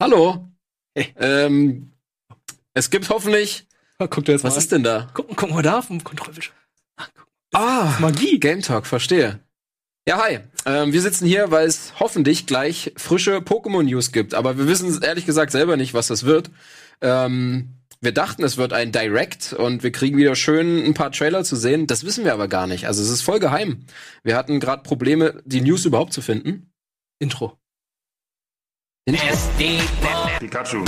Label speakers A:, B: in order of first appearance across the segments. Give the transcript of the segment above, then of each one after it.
A: Hallo. ähm, es gibt hoffentlich.
B: Guck dir das
A: Was ist denn da?
B: Gucken, gucken wir da auf dem Kontrollbildschirm.
A: Ah,
B: Magie.
A: Game Talk, verstehe. Ja, hi. Ähm, wir sitzen hier, weil es hoffentlich gleich frische Pokémon-News gibt. Aber wir wissen ehrlich gesagt selber nicht, was das wird. Ähm, wir dachten, es wird ein Direct und wir kriegen wieder schön ein paar Trailer zu sehen. Das wissen wir aber gar nicht. Also es ist voll geheim. Wir hatten gerade Probleme, die News überhaupt zu finden.
B: Intro.
C: Pikachu.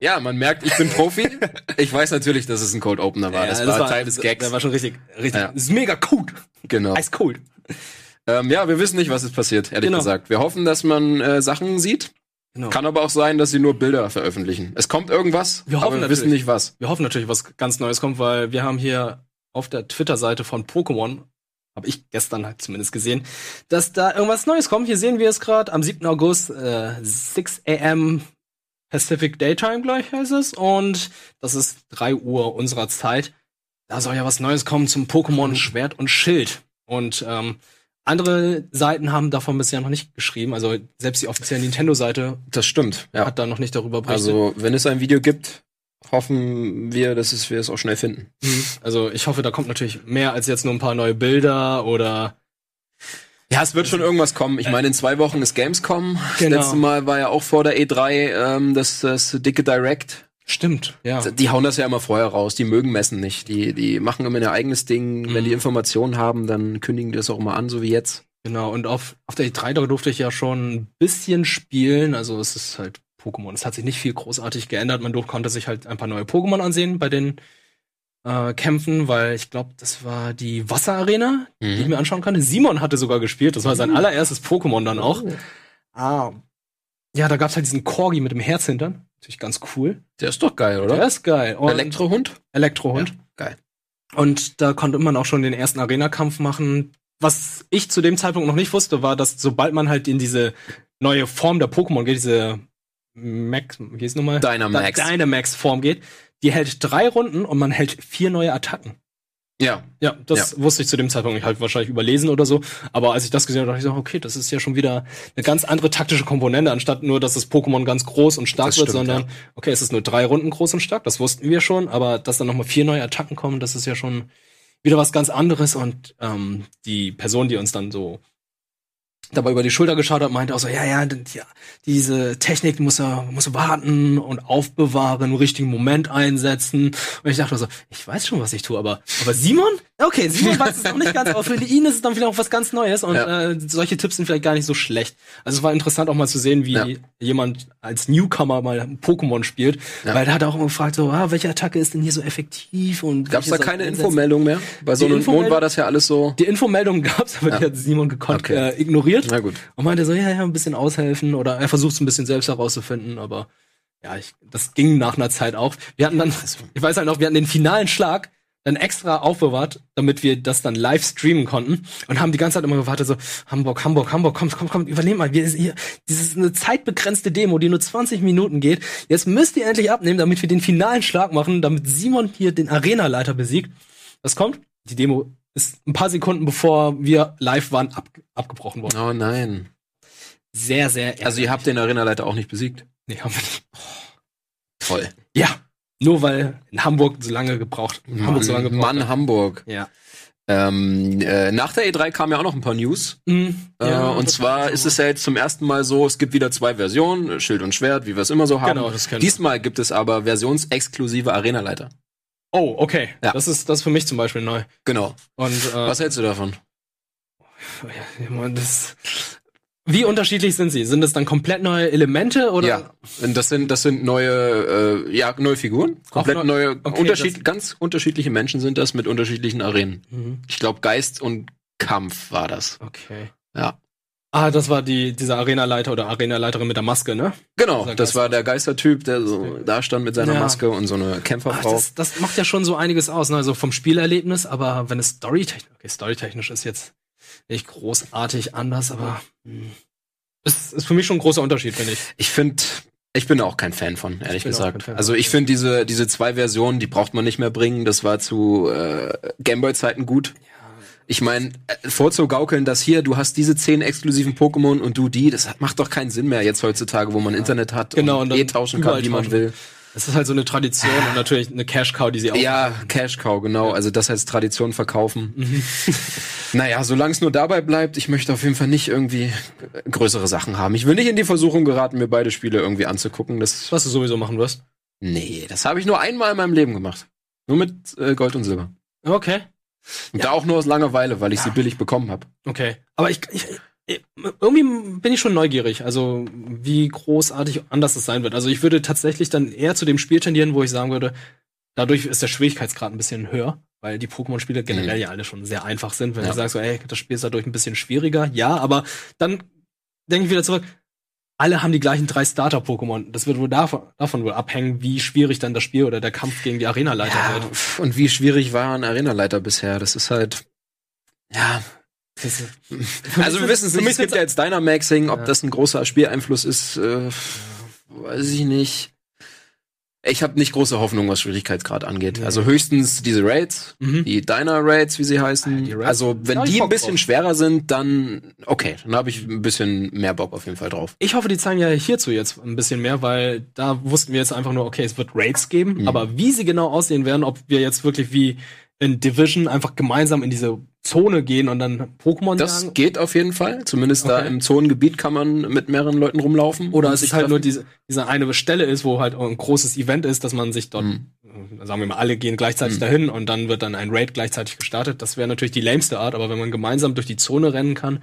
A: Ja, man merkt, ich bin Profi. ich weiß natürlich, dass es ein Cold Opener war. das, war Teil des Gags.
B: Das war schon richtig, richtig.
A: Ja.
B: Das ist mega cool.
A: genau.
B: Eiskalt.
A: Ähm, ja, wir wissen nicht, was ist passiert, ehrlich
B: Genau.
A: gesagt. Wir hoffen, dass man äh, Sachen sieht.
B: Genau.
A: Kann aber auch sein, dass sie nur Bilder veröffentlichen. Es kommt irgendwas,
B: Wir hoffen
A: aber wir
B: natürlich.
A: wissen nicht was.
B: Wir hoffen natürlich, was ganz Neues kommt, weil wir haben hier auf der Twitter-Seite von Pokémon, habe ich gestern halt zumindest gesehen, dass da irgendwas Neues kommt. Hier sehen wir es gerade am 7. August, äh, 6 a.m. Pacific Daytime gleich heißt es. Und das ist 3 Uhr unserer Zeit. Da soll ja was Neues kommen zum
A: Mhm.
B: Pokémon Schwert und Schild. Und ähm, andere Seiten haben davon bisher noch nicht geschrieben. Also selbst die offizielle Nintendo-Seite
A: Das stimmt, ja.
B: hat da noch nicht darüber berichtet.
A: Also, wenn es ein Video gibt, hoffen wir, dass es, wir es auch schnell finden.
B: Also ich hoffe, da kommt natürlich mehr als jetzt nur ein paar neue Bilder oder
A: Ja, es wird schon irgendwas kommen. Ich meine, in zwei Wochen ist Gamescom.
B: Genau.
A: Das letzte Mal war ja auch vor der E3 ähm, das, das dicke Direct.
B: stimmt, ja.
A: Die hauen das ja immer vorher raus. Die mögen Messen nicht. Die, die machen immer ihr eigenes Ding. Wenn
B: Mhm.
A: die Informationen haben, dann kündigen die das auch immer an, so wie jetzt.
B: Genau. Und auf, auf der E3 da durfte ich ja schon ein bisschen spielen. Also es ist halt Pokémon. Es hat sich nicht viel großartig geändert. Man durfte, konnte sich halt ein paar neue Pokémon ansehen bei den äh, Kämpfen, weil ich glaube, das war die Wasserarena, die ich mir anschauen konnte. Simon hatte sogar gespielt. Das war sein allererstes Pokémon dann auch. Ah. Ja, da gab's halt diesen Corgi mit dem Herz hintern. Natürlich ganz cool.
A: Der ist doch geil, oder?
B: Der ist geil. Und-
A: Elektrohund?
B: Elektrohund.
A: Geil.
B: Und da konnte man auch schon den ersten Arena-Kampf machen. Was ich zu dem Zeitpunkt noch nicht wusste, war, dass sobald man halt in diese neue Form der Pokémon geht, diese Max, wie hieß nochmal?
A: Dynamax.
B: Da- Dynamax-Form geht, die hält drei Runden und man hält vier neue Attacken.
A: Ja.
B: Ja, das wusste ich zu dem Zeitpunkt nicht, halt wahrscheinlich überlesen oder so. Aber als ich das gesehen habe, dachte ich so, "Ah, okay, das ist ja schon wieder eine ganz andere taktische Komponente, anstatt nur, dass das Pokémon ganz groß und stark
A: Das
B: wird,
A: stimmt,
B: sondern, okay, es ist nur drei Runden groß und stark, das wussten wir schon, aber dass dann nochmal vier neue Attacken kommen, das ist ja schon wieder was ganz anderes. Und ähm, die Person, die uns dann so dabei über die Schulter geschaut hat, meinte auch so, ja, ja, denn- ja diese Technik muss er muss warten und aufbewahren, im richtigen Moment einsetzen. Und ich dachte so, ich weiß schon, was ich tue, aber aber Simon? Okay, Simon weiß es noch nicht ganz, aber für ihn ist es dann vielleicht auch was ganz Neues und
A: Ja.
B: äh, solche Tipps sind vielleicht gar nicht so schlecht. Also es war interessant auch mal zu sehen, wie
A: Ja.
B: jemand als Newcomer mal Pokémon spielt,
A: Ja.
B: weil da hat er auch immer gefragt so, ah, welche Attacke ist denn hier so effektiv und
A: Gab es da
B: welche soll
A: keine
B: ich einsetzen?
A: Infomeldung mehr? Bei
B: Die
A: Sonne und Mond
B: Infomeldung-
A: war das ja alles so.
B: Die Infomeldung gab's, aber die hat Simon gekonnt
A: Genau. Okay.
B: äh, ignoriert.
A: Na gut.
B: Und meinte so, ja, ja, ein bisschen aushelfen oder er versucht es ein bisschen selbst herauszufinden, aber ja, ich, das ging nach einer Zeit auch. Wir hatten dann,
A: Also
B: ich weiß halt noch, wir hatten den finalen Schlag dann extra aufbewahrt, damit wir das dann live streamen konnten und haben die ganze Zeit immer gewartet so, Hamburg, Hamburg, Hamburg, kommt, kommt, kommt, übernehmen mal, wir hier, das ist eine zeitbegrenzte Demo, die nur 20 Minuten geht. Jetzt müsst ihr endlich abnehmen, damit wir den finalen Schlag machen, damit Simon hier den Arenaleiter besiegt. Das kommt. Die Demo ist ein paar Sekunden bevor wir live waren ab, abgebrochen worden.
A: Oh nein.
B: Sehr, sehr
A: Also ihr habt den Arenaleiter auch nicht besiegt.
B: Nee, haben wir nicht.
A: Toll.
B: Ja, nur weil in Hamburg so lange gebraucht. Hamburg so lange gebraucht.
A: Mann, Hamburg.
B: Ja.
A: Ähm, äh, nach der E3 kamen ja auch noch ein paar News.
B: Mhm.
A: äh, und zwar ist es ja jetzt zum ersten Mal so, es gibt wieder zwei Versionen, äh, Schild und Schwert, wie wir es immer so haben.
B: Genau, das können wir.
A: Diesmal gibt es aber versionsexklusive Arenaleiter.
B: Oh, okay.
A: Ja.
B: Das ist das ist für mich zum Beispiel neu.
A: Genau.
B: Und äh,
A: Was hältst du davon?
B: ja, man, das, wie unterschiedlich sind sie? Sind es dann komplett neue Elemente oder?
A: Ja, und das sind das sind neue äh, ja neue Figuren, komplett
B: neu-
A: neue
B: okay,
A: unterschied, ganz unterschiedliche Menschen sind das mit unterschiedlichen Arenen.
B: Mhm.
A: Ich glaube Geist und Kampf war das.
B: Okay.
A: Ja.
B: Ah, das war die dieser Arenaleiter oder Arenaleiterin mit der Maske, ne?
A: Genau,
B: Dieser
A: das
B: Geist-
A: war der Geistertyp, der so da stand mit seiner
B: Ja.
A: Maske und so eine
B: Ach,
A: Kämpferfrau.
B: das, das macht ja schon so einiges aus, ne? Also vom Spielerlebnis, aber wenn es storytechnisch, okay, storytechnisch ist jetzt nicht großartig anders, aber hm, Das ist für mich schon ein großer Unterschied, finde ich.
A: Ich finde, ich bin auch kein Fan von, ehrlich
B: bin auch kein
A: gesagt.
B: Fan
A: Also ich finde diese, diese zwei Versionen, die braucht man nicht mehr bringen. Das war zu äh, Gameboy-Zeiten gut. Ich meine, äh, vorzugaukeln, dass hier, du hast diese zehn exklusiven Pokémon und du die, das hat, macht doch keinen Sinn mehr jetzt heutzutage, wo man Internet hat
B: Genau, und
A: und,
B: dann
A: eh tauschen kann,
B: überall
A: wie man
B: tauschen.
A: will.
B: Das ist halt so eine Tradition und natürlich eine Cash-Cow, die sie auch.
A: Ja, Cash Cow, genau. Also das heißt Tradition verkaufen.
B: Mhm.
A: naja, solange es nur dabei bleibt, ich möchte auf jeden Fall nicht irgendwie äh, größere Sachen haben. Ich will nicht in die Versuchung geraten, mir beide Spiele irgendwie anzugucken. Das,
B: Was du sowieso machen wirst.
A: nee, das habe ich nur einmal in meinem Leben gemacht. Nur mit äh, Gold und Silber.
B: Okay.
A: Und da auch nur aus Langeweile, weil ich sie billig bekommen habe.
B: Okay. Aber ich, ich, ich irgendwie bin ich schon neugierig, also wie großartig anders es sein wird. Also ich würde tatsächlich dann eher zu dem Spiel tendieren, wo ich sagen würde, dadurch ist der Schwierigkeitsgrad ein bisschen höher, weil die Pokémon-Spiele generell ja alle schon sehr einfach sind. Wenn
A: Ja.
B: du sagst, so, ey, das Spiel ist dadurch ein bisschen schwieriger, ja, aber dann denke ich wieder zurück, alle haben die gleichen drei Starter-Pokémon. Das wird wohl davon, davon wohl abhängen, wie schwierig dann das Spiel oder der Kampf gegen die Arena-Leiter wird.
A: pf, und wie schwierig war ein Arenaleiter bisher? Das ist halt. Ja.
B: Das ist-
A: Also wir wissen es
B: für
A: nicht.
B: mich
A: Es gibt
B: sind's-
A: ja jetzt Dynamaxing, ob
B: Ja.
A: das ein großer Spieleinfluss ist, äh, weiß ich nicht. Ich habe nicht große Hoffnung, was Schwierigkeitsgrad angeht.
B: Nee.
A: Also höchstens diese Raids,
B: Mhm.
A: die Dyna Raids, wie sie heißen.
B: Ah, die Raids.
A: also wenn
B: Da hab ich
A: die ein
B: Bock
A: bisschen
B: drauf.
A: schwerer sind, dann okay, dann habe ich ein bisschen mehr Bock auf jeden Fall drauf.
B: Ich hoffe, die zeigen ja hierzu jetzt ein bisschen mehr, weil da wussten wir jetzt einfach nur, okay, es wird Raids geben,
A: Mhm.
B: aber wie sie genau aussehen werden, ob wir jetzt wirklich wie in Division einfach gemeinsam in diese Zone gehen und dann Pokémon
A: Das
B: jagen,
A: geht auf jeden Fall. Zumindest da
B: Okay.
A: im Zonengebiet kann man mit mehreren Leuten rumlaufen.
B: oder
A: und
B: es
A: sich
B: ist halt nur
A: treffen.
B: diese, diese eine Stelle ist, wo halt ein großes Event ist, dass man sich dort, äh, sagen wir mal, alle gehen gleichzeitig
A: Mhm.
B: dahin und dann wird dann ein Raid gleichzeitig gestartet. Das wäre natürlich die lämste Art, aber wenn man gemeinsam durch die Zone rennen kann,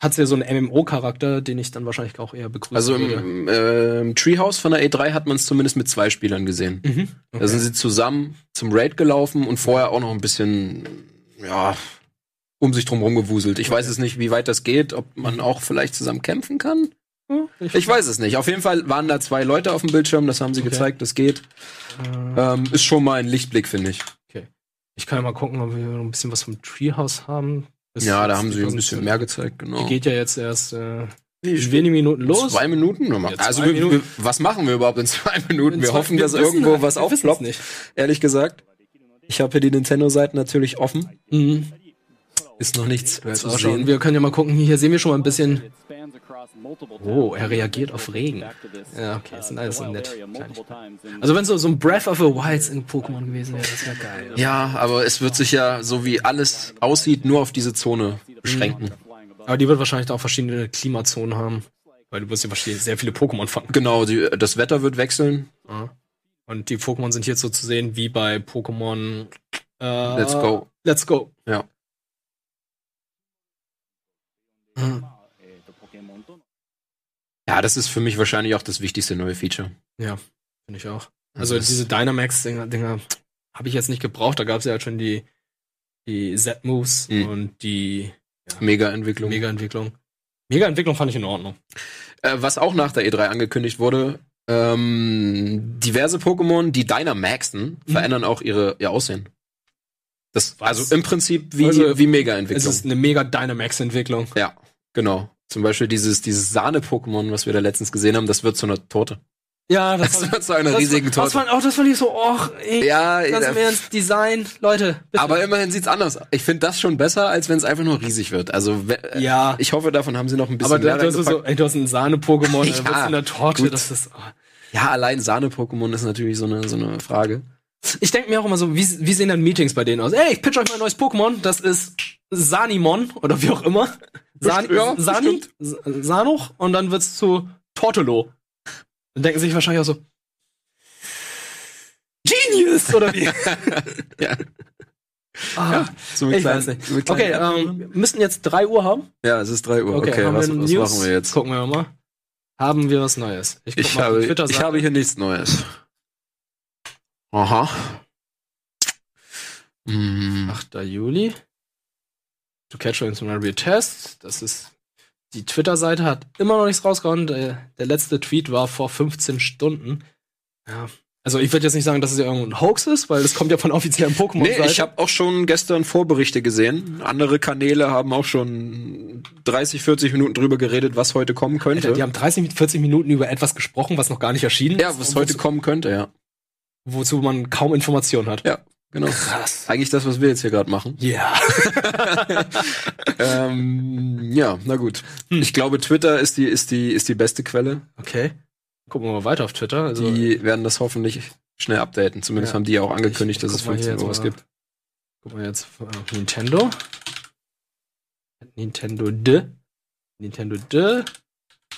B: hat's ja so einen MMO-Charakter, den ich dann wahrscheinlich auch eher begrüßen
A: Also
B: würde.
A: im ähm, Treehouse von der E3 hat man es zumindest mit zwei Spielern gesehen.
B: Mhm.
A: Da
B: Okay.
A: sind sie zusammen zum Raid gelaufen und vorher auch noch ein bisschen, ja, um sich drum rumgewuselt. Ich weiß es nicht, wie weit das geht, ob man auch vielleicht zusammen kämpfen kann.
B: Ja, ich-
A: Ich weiß es nicht. Auf jeden Fall waren da zwei Leute auf dem Bildschirm, das haben sie
B: Okay.
A: gezeigt, das geht. Ähm, ist schon mal ein Lichtblick, finde ich.
B: Ich kann ja mal gucken, ob wir noch ein bisschen was vom Treehouse haben. Das
A: ja, da
B: ist
A: haben sie ein
B: 2000
A: bisschen mehr gezeigt, genau.
B: Die geht ja jetzt erst äh,
A: Wie-
B: in wenigen Minuten los.
A: Zwei Minuten? Nur mal-
B: Ja, zwei
A: also, wir,
B: Minuten.
A: Wir, was machen wir überhaupt in zwei Minuten?
B: In
A: wir
B: zwei-
A: hoffen, dass
B: wissen
A: irgendwo
B: halt-
A: was
B: wir wissen's
A: aufploppt.
B: nicht.
A: Ehrlich gesagt. Ich habe hier die Nintendo-Seiten natürlich offen.
B: Mhm.
A: Ist noch nichts
B: Jetzt
A: zu
B: auch schon.
A: sehen.
B: Wir können ja mal gucken. Hier sehen wir schon mal ein bisschen.
C: Oh, er reagiert auf Regen.
B: Ja, okay, das sind alles so nett. Also
C: Also,
B: wenn so, so ein Breath of the Wilds in Pokémon gewesen wäre, das wäre geil.
A: Ja, aber es wird sich ja, so wie alles aussieht, nur auf diese Zone
B: Mhm.
A: beschränken.
B: Aber die wird wahrscheinlich auch verschiedene Klimazonen haben. Weil du wirst ja wahrscheinlich sehr viele Pokémon fangen.
A: Genau, die, das Wetter wird wechseln.
B: Und die Pokémon sind hier so zu sehen wie bei Pokémon äh,
A: Let's go.
B: Let's go.
A: Ja.
B: Hm,
A: Ja, das ist für mich wahrscheinlich auch das wichtigste neue Feature.
B: Finde ich auch. Also
A: Das-
B: diese Dynamax-Dinger Dinger, habe ich jetzt nicht gebraucht. Da gab es ja halt schon die, die Z-Moves
A: Mhm.
B: und die
A: Mega-Entwicklung.
B: Mega-Entwicklung. Mega-Entwicklung fand ich in Ordnung.
A: Äh, was auch nach der E3 angekündigt wurde, ähm, diverse Pokémon, die Dynamaxen,
B: Mhm.
A: verändern auch ihre, ihr Aussehen. Das,
B: Was?
A: also im Prinzip wie,
B: Also,
A: wie
B: Es
A: Mega-Entwicklung.
B: ist eine Mega-Dynamax-Entwicklung.
A: Ja, genau. Zum Beispiel dieses, dieses Sahne-Pokémon, was wir da letztens gesehen haben, das wird zu einer Torte.
B: Ja, Also, das,
A: Das wird zu einer riesigen
B: Das
A: Torte.
B: fand, auch das fand ich so, och, ey,
A: Ja,
B: ganz
A: ja,
B: im Ernst, Design, Leute. bitte.
A: aber immerhin sieht's anders aus. Ich finde das schon besser, als wenn es einfach nur riesig wird. Also we- äh,
B: ja.
A: ich hoffe, davon haben sie noch ein bisschen
B: Aber du,
A: mehr
B: du, hast so,
A: reingepackt.
B: ey, du hast einen Sahne-Pokémon,
A: Ja,
B: ja, in der Torte,
A: gut.
B: das ist. ah.
A: Ja, allein Sahne-Pokémon ist natürlich so eine, so eine Frage.
B: Ich denke mir auch immer so, wie, wie sehen dann Meetings bei denen aus? Ey, ich pitch euch mein neues Pokémon, das ist Sanimon oder wie auch immer. San,
A: Best- ja,
B: Sani, S- Sanoch und dann wird's zu Tortolo. Dann denken sich wahrscheinlich auch so Genius oder wie?
A: Ja.
B: ah,
A: So mit
B: ich
A: kleinen-
B: weiß nicht.
A: so mit
B: Okay,
A: kleinen-
B: ähm, wir müssen jetzt 3 Uhr haben.
A: ja, es ist 3 Uhr. Okay, was, was machen wir jetzt?
B: Gucken wir mal. Haben wir was Neues?
A: Ich
B: guck mal auf die
A: habe, ich
B: Twitter-Seite.
A: habe hier nichts Neues. Aha. Mm.
B: 8. Juli. To catch a Incendiary Test. Das ist. Die Twitter-Seite hat immer noch nichts rausgehauen. Der, der letzte Tweet war vor 15 Stunden. Ja, Also ich würde jetzt nicht sagen, dass es ja irgendein Hoax ist, weil es kommt ja von offiziellen Pokémon.
A: Nee, ich habe auch schon gestern Vorberichte gesehen. Andere Kanäle haben auch schon 30, 40 Minuten drüber geredet, was heute kommen könnte.
B: Die haben 30, 40 Minuten über etwas gesprochen, was noch gar nicht erschienen
A: ja, was
B: und
A: heute
B: wozu,
A: kommen könnte, ja.
B: wozu man kaum Informationen hat.
A: Ja. Genau.
B: Krass.
A: Eigentlich das, was wir jetzt hier gerade machen.
B: Ja.
A: ähm, ja, na gut.
B: Hm.
A: Ich glaube, Twitter ist die, ist die, ist die beste Quelle.
B: Okay. Gucken wir mal weiter auf Twitter. Also,
A: Die werden das hoffentlich schnell updaten. Zumindest
B: Ja.
A: haben die ja auch angekündigt, dass es
B: guck mal hier
A: 15 Uhr
B: jetzt
A: was
B: mal.
A: gibt.
B: Gucken wir jetzt auf Nintendo. Nintendo D. Nintendo D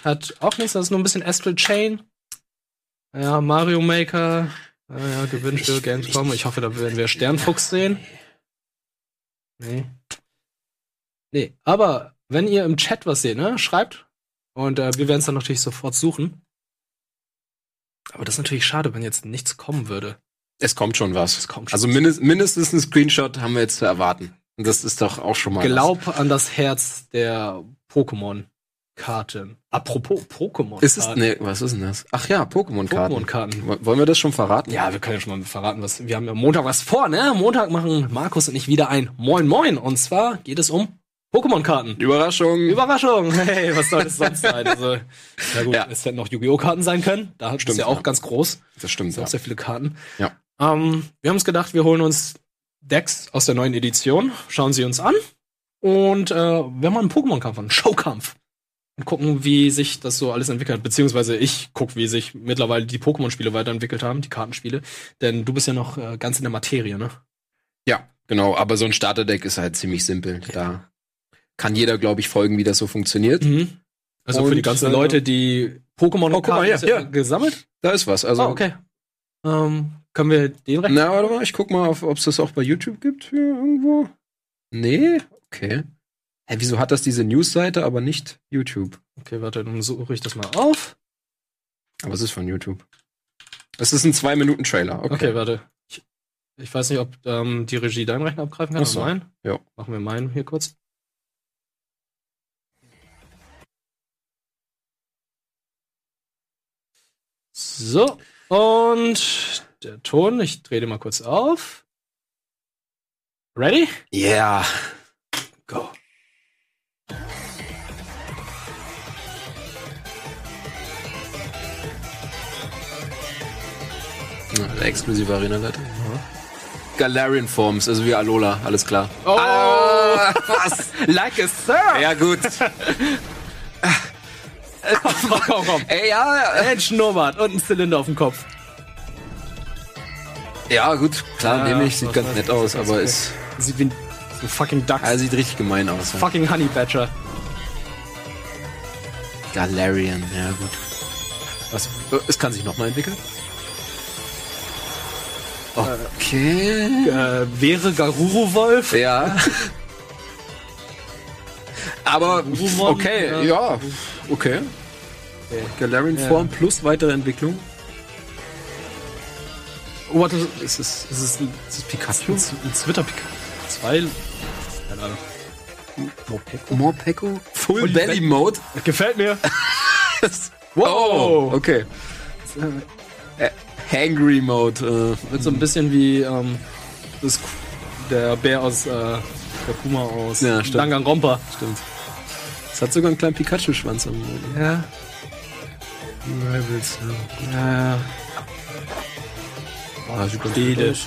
B: hat auch nichts, das ist nur ein bisschen Astral Chain. Ja, Mario Maker. Ah Ja, Gewinnspiel,
A: Ich-
B: Gamescom.
A: ich-
B: Ich hoffe, da werden wir Sternfuchs sehen. Nee. Nee, aber wenn ihr im Chat was seht, ne, schreibt. Und äh, wir werden es dann natürlich sofort suchen. Aber das ist natürlich schade, wenn jetzt nichts kommen würde.
A: Es kommt schon was.
B: Es kommt
A: Also mindest, mindestens ein Screenshot haben wir jetzt zu erwarten. Und das ist doch auch schon mal. was.
B: Glaub an das Herz der Pokémon-Karten. Apropos Pokémon-Karten.
A: Ist es, nee, was ist denn das? Ach ja, Pokémon-Karten.
B: Pokémon-Karten.
A: Wo- Wollen wir das schon verraten?
B: Ja, wir können ja schon mal verraten, was wir haben am Montag was vor, ne? Am Montag machen Markus und ich wieder ein Moin Moin. Und zwar geht es um Pokémon-Karten.
A: Überraschung.
B: Überraschung! Hey, was soll das sonst sein? Also, na gut,
A: Ja.
B: es hätten noch Yu-Gi-Oh! Karten sein können. Da ist
A: Stimmt,
B: ja auch
A: ja.
B: ganz groß.
A: das stimmt.
B: Sind
A: Ja.
B: auch sehr viele Karten.
A: Ja.
B: Ähm, wir haben uns gedacht, wir holen uns Decks aus der neuen Edition, schauen sie uns an und äh, wir machen einen Pokémon-Kampf, einen Showkampf und gucken, wie sich das so alles entwickelt hat. Beziehungsweise ich gucke, wie sich mittlerweile die Pokémon-Spiele weiterentwickelt haben, die Kartenspiele. Denn du bist ja noch äh, ganz in der Materie, ne?
A: ja, genau. Aber so ein Starterdeck ist halt ziemlich simpel. Da kann jeder, glaube ich, folgen, wie das so funktioniert.
B: Also für
A: Mhm. Und,
B: die ganzen
A: äh,
B: Leute, die Pokémon
A: Oh, guck mal,
B: Karten
A: ja, ja.
B: gesammelt.
A: Da ist was. Also, Mhm.
B: Ah, okay. Ähm, können wir den recht?
A: Na, warte mal, ich guck mal, ob es das auch bei YouTube gibt hier irgendwo. Nee? Okay. Hä, wieso hat das diese News-Seite, aber nicht YouTube?
B: Okay, warte, dann suche ich das mal auf.
A: Aber es ist von YouTube. Das ist ein 2-Minuten-Trailer. Okay.
B: Okay, warte. Ich, ich weiß nicht, ob ähm, die Regie deinen Rechner abgreifen kann
A: Ach so,
B: oder meinen.
A: ja.
B: Machen wir meinen hier kurz. So, und der Ton, ich drehe den mal kurz auf. Ready?
A: Yeah.
B: Go.
A: Ja, eine exklusive Arena-Seite. Galarian Forms, also wie Alola, alles klar. Ah,
B: Oh,
A: was?
B: like a sir!
A: Ja, gut.
B: Komm, komm, komm.
A: Ey, ja.
B: Ein Schnurrbart und ein Zylinder auf dem Kopf.
A: Ja, gut, klar,
B: Ja,
A: nehme ich. Sieht
B: was
A: ganz
B: weiß
A: nett
B: ich,
A: aus,
B: was
A: aber
B: weiß
A: ist.
B: Sieht wie ein so fucking Dachs.
A: Also sieht richtig gemein aus. Ja.
B: fucking Honey Badger.
A: Galarian, ja, gut. Was, äh, es kann sich nochmal entwickeln. Okay.
B: äh, wäre Garuru Wolf.
A: Ja. Aber,
B: Gurumon, ja.
A: okay, ja, okay. Galarian Form plus weitere Entwicklung.
B: Oh, warte, ist es, ist es ein, ist es Pikachu? Ein, Z- ein Twitter Pikachu. Zwei. Keine Ahnung.
A: Morpeko? Full,
B: Full
A: Belly
B: Belly-
A: Mode?
B: Gefällt mir.
A: Oh, okay. Äh, Hangry Mode. Äh,
B: Wird so ein bisschen wie ähm, das, Ku- der Bär aus. Äh, der Puma aus
A: Ja, stimmt.
B: Danganronpa.
A: stimmt. Es hat sogar einen kleinen Pikachu-Schwanz am Mund.
B: Ja.
A: Rivals, ja.
B: Ja.
A: Ah, sieht ganz gut
B: Schwedisch.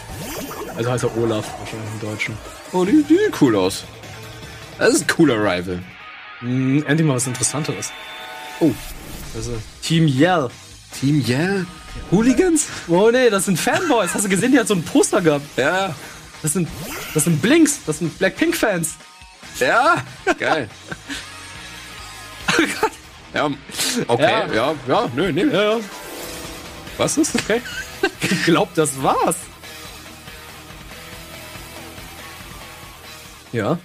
B: Also heißt er Olaf wahrscheinlich im Deutschen.
A: Oh, die, die sehen cool aus. Das ist ein cooler Rival.
B: Mhm, endlich mal was Interessanteres.
A: Oh.
B: Also Team Yell.
A: Team Yell? Hooligans?
B: Oh nee, das sind Fanboys. Hast du gesehen, die hat so ein Poster gehabt.
A: Ja.
B: Das sind, das sind Blinks, das sind Blackpink-Fans.
A: Ja. Geil. ja. Okay, ja,
B: Ja.
A: ja, nö, nö.
B: Ja,
A: Was ist? Okay.
B: ich glaub, das war's. Ja.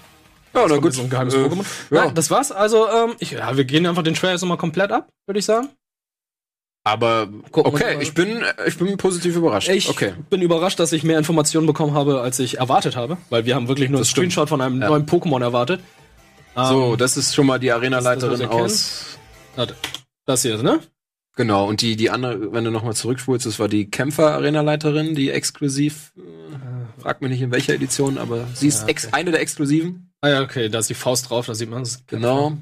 A: Ja, na
B: Gut.
A: gut.
B: So ein geheimes
A: Äh,
B: Pokémon.
A: Ja.
B: Nein, das war's. Also, ähm, ich, ja, wir gehen einfach den Trailer jetzt nochmal komplett ab, würde ich sagen.
A: Aber,
B: Gucken wir
A: okay,
B: mal.
A: ich bin, äh, ich bin positiv überrascht.
B: Ich
A: okay.
B: bin überrascht, dass ich mehr Informationen bekommen habe, als ich erwartet habe, weil wir haben wirklich nur
A: Das
B: einen
A: stimmt.
B: Screenshot von einem
A: Ja.
B: neuen Pokémon erwartet. Ähm,
A: So, das ist schon mal die
B: das
A: Arenaleiterin
B: muss ich
A: aus.
B: warte, das hier, ne?
A: Genau, und die, die andere, wenn du nochmal zurückspulst, das war die Kämpfer-Arena-Leiterin, die exklusiv, äh, frag mich nicht in welcher Edition, aber sie ist
B: Ja, okay.
A: ex eine der exklusiven.
B: Ah ja, okay, da ist die Faust drauf, da sieht man es.
A: Genau.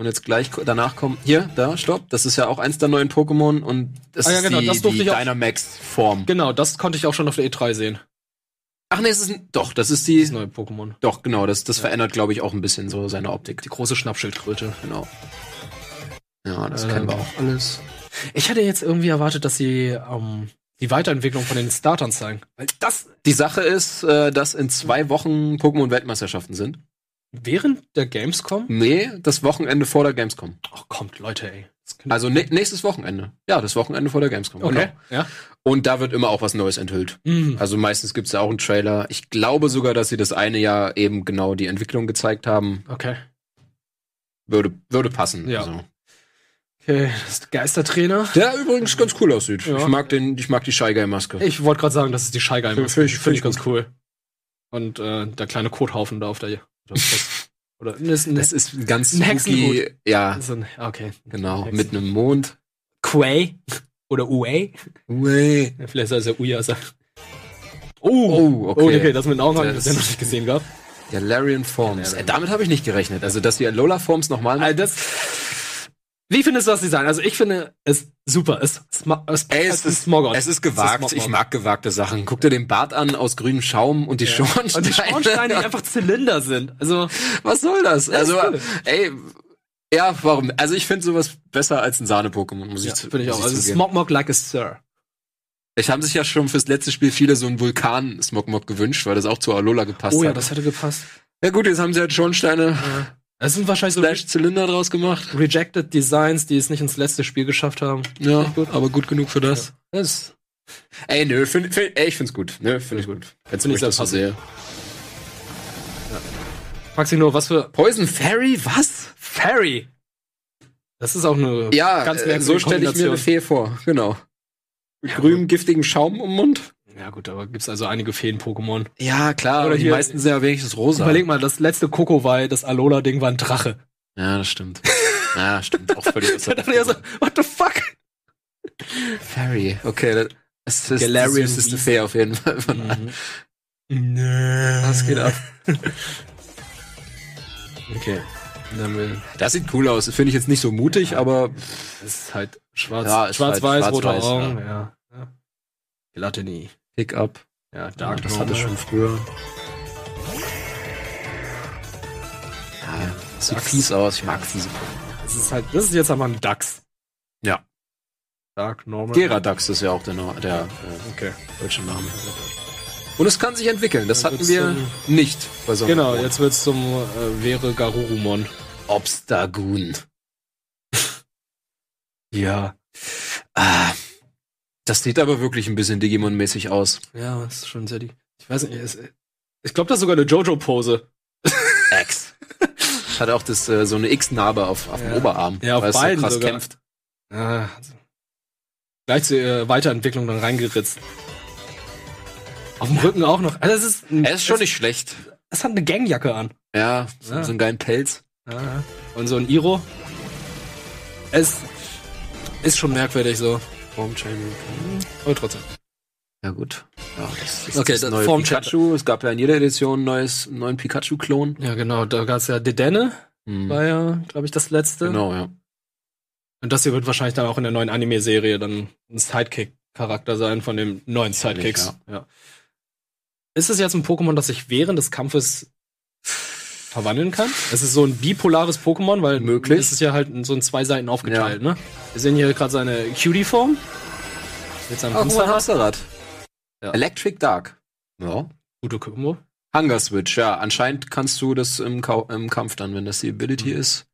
A: Und jetzt gleich ko- danach kommen, hier, da, stopp, das ist ja auch eins der neuen Pokémon und das
B: Ah ja, genau,
A: ist die,
B: das durfte
A: die
B: ich auch-
A: Dynamax-Form.
B: Genau, das konnte ich auch schon auf der E3 sehen.
A: Ach nee, es ist, ein- doch, das ist die,
B: Das neue Pokémon.
A: doch, genau, das, das verändert, glaube ich, auch ein bisschen so seine Optik.
B: Die große Schnappschildkröte.
A: Genau. Ja, das
B: Ähm.
A: kennen wir auch alles.
B: Ich hätte jetzt irgendwie erwartet, dass sie ähm, die Weiterentwicklung von den Startern zeigen. Weil das
A: Die Sache ist, äh, dass in zwei Wochen Pokémon-Weltmeisterschaften sind.
B: während der Gamescom?
A: Nee, das Wochenende vor der Gamescom.
B: Ach, kommt, Leute, ey. Das könnte-
A: Also nä- nächstes Wochenende. Ja, das Wochenende vor der Gamescom.
B: okay.
A: Genau.
B: Ja.
A: Und da wird immer auch was Neues enthüllt.
B: Mhm.
A: Also meistens gibt's da auch einen Trailer. Ich glaube sogar, dass sie das eine Jahr eben genau die Entwicklung gezeigt haben.
B: Okay.
A: Würde, würde passen.
B: Ja.
A: Also.
B: Okay, das ist der Geistertrainer.
A: Der übrigens ganz cool aussieht.
B: Ja.
A: Ich mag den, ich mag die Shy Guy Maske.
B: Ich wollte gerade sagen, das ist die Shy Guy.
A: Finde
B: Maske.
A: ich-
B: Finde ich
A: finde
B: ganz cool. Und äh, der kleine Kothaufen da auf der. Oder, was- oder ne, ist, ne,
A: Das ist ein ganz
B: Ein Hexenhut.
A: spooky. Ja,
B: ist ein, okay.
A: genau.
B: Hexen.
A: Mit einem Mond.
B: Quay oder Uwe.
A: Ui.
B: Vielleicht ist er Uya.
A: Oh, okay.
B: Oh, okay, das mit den Augen habe ich
A: Das-
B: bisher noch nicht gesehen gehabt.
A: Der Larian Forms.
B: Der Larian.
A: Äh, damit habe ich nicht gerechnet. Also, dass die Lola Forms nochmal.
B: Also das, wie findest du das Design? Also ich finde es super. Es, sma- es,
A: Ey,
B: es ein Smogon.
A: es ist
B: Es
A: gewagt.
B: ist
A: Ich
B: Smog-Mob.
A: mag gewagte Sachen. Guck dir den Bart an aus grünem Schaum und die
B: Ja.
A: Schornsteine.
B: Und die Schornsteine, die einfach Zylinder sind. Also
A: Was soll das?
B: ist
A: Also,
B: cool.
A: ey, ja, warum? Also, ich finde sowas besser als ein Sahne-Pokémon, muss ich, zu-
B: finde ich
A: muss
B: auch. Also
A: zugeben.
B: Smogmog like a Sir.
A: Ich haben sich ja schon fürs letzte Spiel viele so einen Vulkan-Smogmog gewünscht, weil das auch zu Alola gepasst
B: Oh ja,
A: hat.
B: das hätte gepasst.
A: ja gut, jetzt haben sie halt Schornsteine
B: Das sind wahrscheinlich so
A: Slash Zylinder draus gemacht.
B: rejected Designs, die es nicht ins letzte Spiel geschafft haben.
A: Ja,
B: gut.
A: aber gut genug für das.
B: Das
A: Ey, nö, find, find, ey, ich find's gut. Nö, find ich gut. Jetzt
B: Find
A: find ich
B: ich
A: das so
B: sehr
A: sehe.
B: fragst dich nur, was für
A: Poison Fairy, was?
B: Fairy. Das ist auch eine
A: Ja,
B: ganz
A: äh, so stelle ich mir eine
B: Kombination.
A: Fee vor, genau. Mit grünem, giftigem Schaum im Mund.
B: Ja gut, aber gibt's also einige Feen-Pokémon.
A: Ja, klar.
B: Oder
A: Oder die
B: hier-
A: meisten sind ja wenigstens rosa.
B: Überleg mal, das letzte Kokowai, das Alola-Ding war ein Drache.
A: Ja, das stimmt. ja, stimmt. Auch völlig
B: Da dachte ich so, what the fuck?
A: Fairy. Okay, das- das ist
B: Galarian
A: das ist eine
B: Beast.
A: Fee auf jeden Fall. Von
B: Nö.
A: Mhm. Das geht ab.
B: Okay.
A: Das sieht cool aus. Finde ich jetzt nicht so mutig, aber
B: Das ist halt schwarz,
A: Ja, ist
B: schwarz-weiß,
A: halt schwarz-weiß,
B: rote
A: ja.
B: Augen. Ja. ja. Gelatini.
A: pick up.
B: Ja,
A: Ja,
B: Dark
A: das hatte ich
B: Normal.
A: schon früher. Ja, sieht fies aus. Ich mag fiese.
B: Das ist halt, das ist jetzt einmal ein Dachs.
A: Ja.
B: Dark Normal.
A: Geradax ist ja auch der, Na- der äh,
B: Okay.
A: deutsche Name. Und es kann sich entwickeln. Das ähm,
B: Dann
A: hatten
B: wird's
A: wir nicht bei so einem
B: Genau,
A: Pokémon.
B: jetzt wird's zum äh, wäre Garurumon.
A: Obstagoon.
B: Ja.
A: Ah, das sieht aber wirklich ein bisschen Digimon-mäßig aus.
B: Ja, das ist schon sehr die. Ich weiß nicht, es- ich glaube, das ist sogar eine Jojo-Pose.
A: X. Hat auch das, äh, so eine X-Narbe auf, auf
B: Ja.
A: dem Oberarm.
B: Ja, auf
A: weil es
B: beiden
A: so krass
B: sogar.
A: kämpft.
B: Ah, also. Gleich zur äh, Weiterentwicklung dann reingeritzt. Auf dem Rücken auch noch. Also es ist, ein,
A: Er ist schon
B: es,
A: nicht schlecht.
B: es hat eine Gangjacke an.
A: Ja,
B: Ja.
A: So, so einen geilen Pelz.
B: Und so ein Iro. Es ist schon merkwürdig so. Formchanging. Aber trotzdem.
A: Ja, gut. Ja, das ist
B: Okay,
A: das
B: das
A: neue
B: Form-
A: Pikachu. Es gab ja in jeder Edition ein neues, einen neuen Pikachu-Klon.
B: Ja, genau. Da gab's ja Dedenne,
A: Hm,
B: war ja, glaube ich, das letzte.
A: Genau, ja.
B: Und das hier wird wahrscheinlich dann auch in der neuen Anime-Serie dann ein Sidekick-Charakter sein von den neuen Sidekicks.
A: Wahrscheinlich,
B: ja. Ist es jetzt ein Pokémon, das sich während des Kampfes verwandeln kann? Es ist so ein bipolares Pokémon, weil
A: Möglich.
B: es ist ja halt in so in zwei Seiten aufgeteilt, ne? Wir sehen hier gerade seine Cutie-Form. Mit seinem
A: Oh, guck mal, ein
B: Hamsterrad.
A: Hamsterrad.
B: Ja.
A: Electric Dark. Ja.
B: Gute Kombo.
A: Hunger Switch, ja. Anscheinend kannst du das im, Kau im Kampf dann, wenn das die Ability
B: Mhm.
A: ist.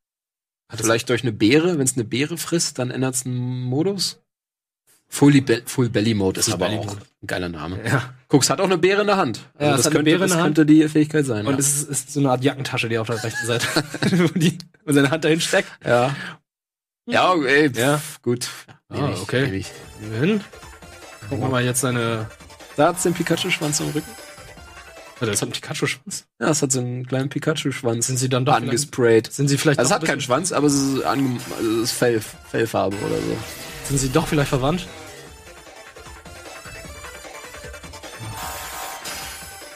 B: Hat das-
A: Vielleicht durch eine Beere, wenn es eine Beere frisst, dann ändert es einen Modus. Fully Be Full Belly Mode ist
B: Full
A: aber
B: Belly
A: auch
B: Mode.
A: ein geiler Name.
B: Ja.
A: Guck's, hat auch eine Beere in der Hand. Also
B: Ja, es hat eine Beere in
A: das
B: der Hand.
A: könnte die Fähigkeit sein.
B: Und es ist, ist so eine Art Jackentasche, die auf der rechten Seite, wo, die, wo seine Hand dahin steckt.
A: ja. ja, ey, pff,
B: Ja.
A: gut.
B: Ah,
A: Nehm ich,
B: okay.
A: nehm ich.
B: Nehmen wir hin. Gucken wir mal jetzt seine.
A: Da hat's den Pikachu-Schwanz am Rücken.
B: Warte, das hat einen Pikachu-Schwanz.
A: Ja, es hat so einen kleinen Pikachu-Schwanz
B: Sind sie dann doch vielleicht-
A: angesprayt.
B: Sind sie vielleicht
A: Also es
B: doch
A: hat
B: ein
A: keinen
B: bisschen-
A: Schwanz, aber es ist, ange also es ist Fell, Fellfarbe oder so.
B: Sind sie doch vielleicht verwandt?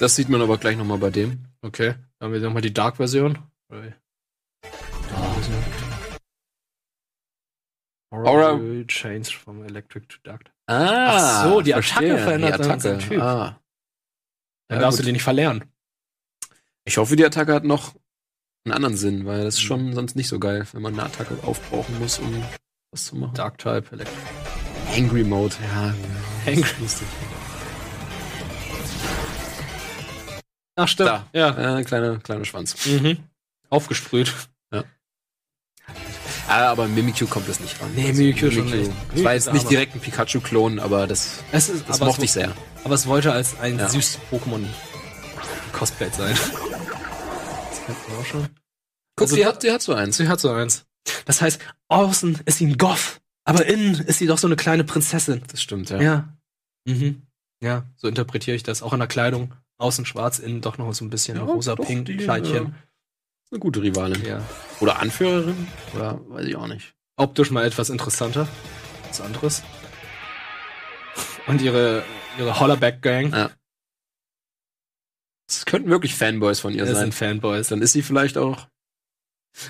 A: Das sieht man aber gleich nochmal bei dem.
B: Okay, dann haben wir nochmal die Dark-Version. Oder wie? Dark-Version.
A: Aura-
B: will change from electric to dark.
A: Ah,
B: Ach so, die
A: verstehe.
B: Attacke verändert
A: die
B: dann
A: Attacke.
B: unseren Typ.
A: Ah.
B: Dann
A: Ja,
B: darfst
A: gut.
B: du die nicht verlernen.
A: Ich hoffe, die Attacke hat noch einen anderen Sinn, weil das ist schon sonst nicht so geil, wenn man eine Attacke aufbrauchen muss, um was zu machen.
B: Dark-Type, Electric.
A: Angry Mode, ja.
B: Angry. Ach, stimmt.
A: Da.
B: Ja.
A: Äh, kleiner, kleiner Schwanz.
B: Mhm. Aufgesprüht.
A: Ah, aber Mimikyu kommt das nicht ran.
B: Nee, Mimikyu schon nicht.
A: Es war jetzt
B: Mimikyu
A: nicht
B: ist
A: direkt ein Pikachu-Klon, aber das,
B: Es
A: das
B: ist, aber also
A: mochte
B: es,
A: ich sehr.
B: Aber es wollte als ein
A: Ja.
B: süßes Pokémon Cosplay sein. Das kennt man auch schon.
A: Guck,
B: Also-
A: die, hat, die hat so eins.
B: Sie hat so eins. Das heißt, außen ist sie ein Goff, aber innen ist sie doch so eine kleine Prinzessin.
A: Das stimmt, ja.
B: Ja. Mhm. Ja, so interpretiere ich das. Auch an der Kleidung. Außen schwarz, innen doch noch so ein bisschen
A: Ja, doch,
B: rosa-pink
A: die, äh,
B: Kleidchen.
A: Eine gute Rivalin.
B: Ja.
A: Oder Anführerin? Oder weiß ich auch nicht.
B: Optisch mal etwas interessanter. Was anderes. Und ihre, ihre Hollerback-Gang.
A: Ja, Es könnten wirklich Fanboys von ihr
B: das
A: sein.
B: sind Fanboys.
A: Dann ist sie vielleicht auch.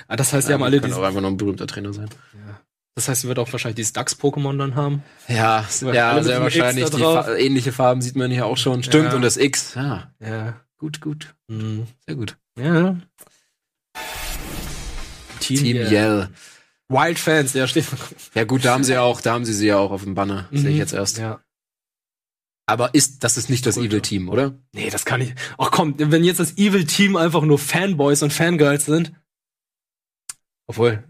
B: Ah, das heißt, sie haben alle
A: kann
B: diese
A: auch einfach nur ein berühmter Trainer sein.
B: Ja. Das heißt, sie wird auch wahrscheinlich dieses Dachs-Pokémon dann haben.
A: Ja,
B: Weil alle
A: ja
B: mit
A: sehr
B: dem X
A: wahrscheinlich.
B: da
A: Die
B: drauf.
A: Fa ähnliche Farben sieht man hier auch schon. Stimmt,
B: Ja.
A: und das X. Ja,
B: Ja.
A: gut, gut.
B: Mhm.
A: Sehr gut.
B: Ja. Team,
A: Team
B: Yell.
A: Yell.
B: Wild Fans, ja, steht.
A: Ja, gut, da haben sie ja auch, da haben sie sie ja auch auf dem Banner. Sehe ich jetzt erst.
B: Ja.
A: Aber ist, das ist nicht das
B: Gut, ja.
A: Evil Team, oder?
B: Nee, das kann ich. Ach komm, wenn jetzt das Evil Team einfach nur Fanboys und Fangirls sind. Obwohl.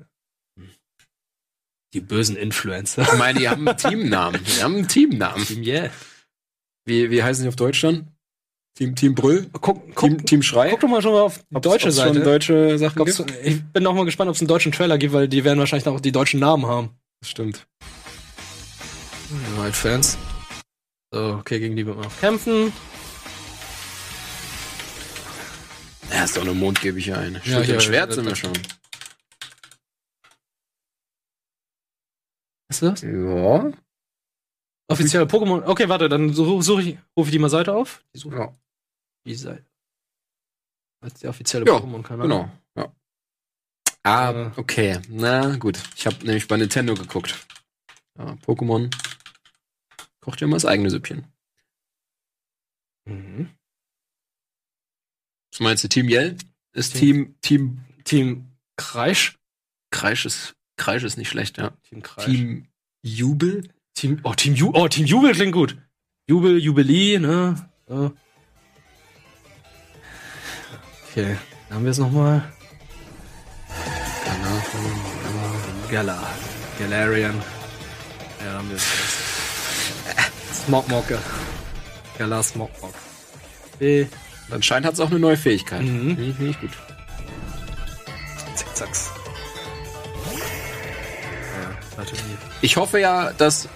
B: Die bösen Influencer.
A: Ich meine, die haben einen Teamnamen. Die haben einen Teamnamen.
B: Team Yell.
A: Wie, wie heißen die auf Deutsch dann? Team, Team Brüll?
B: Guck, guck,
A: Team, Team Schrei?
B: guck doch mal schon mal auf die
A: Ob's-
B: deutsche
A: ob's
B: Seite.
A: Schon deutsche Sachen
B: Glaubst
A: gibt?
B: du- ich bin noch mal gespannt, ob es einen deutschen Trailer gibt, weil die werden wahrscheinlich auch die deutschen Namen haben.
A: Das stimmt.
B: Right Fans. So, okay, gegen die wird man auch kämpfen.
A: Ja, ist doch nur Mond, gebe ich ja ein. Schild
B: hier,
A: und Schwert
B: äh,
A: sind wir
B: das-
A: schon.
B: Was ist das?
A: Ja.
B: Offizielle Pokémon. Okay, warte, dann suche such ich, rufe ich die mal Seite auf. Die suche
A: Ja,
B: die Seite. Das ist der offizielle
A: Ja,
B: Pokémon-Kanal.
A: genau. Ja. Ah,
B: Äh.
A: okay. Na gut. Ich habe nämlich bei Nintendo geguckt. Ja, Pokémon kocht ja immer das eigene Süppchen.
B: Mhm.
A: Was meinst du, Team Yell? Ist Team,
B: Team-
A: Team
B: Team Kreisch.
A: Kreisch ist, Kreisch ist nicht schlecht, ja.
B: Team Kreisch.
A: Team Jubel?
B: Team, oh, Team Ju oh, Team Jubel klingt gut. Jubel, Jubilee, ne? So. Okay, dann haben wir es nochmal. Gala. Galarian. Ja, dann haben wir es. Smogmocke. Gala Smogmock. B.
A: Anscheinend hat es auch eine neue Fähigkeit.
B: Mhm.
A: Finde ich- finde ich gut.
B: Zickzacks. Ja, warte nie.
A: Ich hoffe ja, dass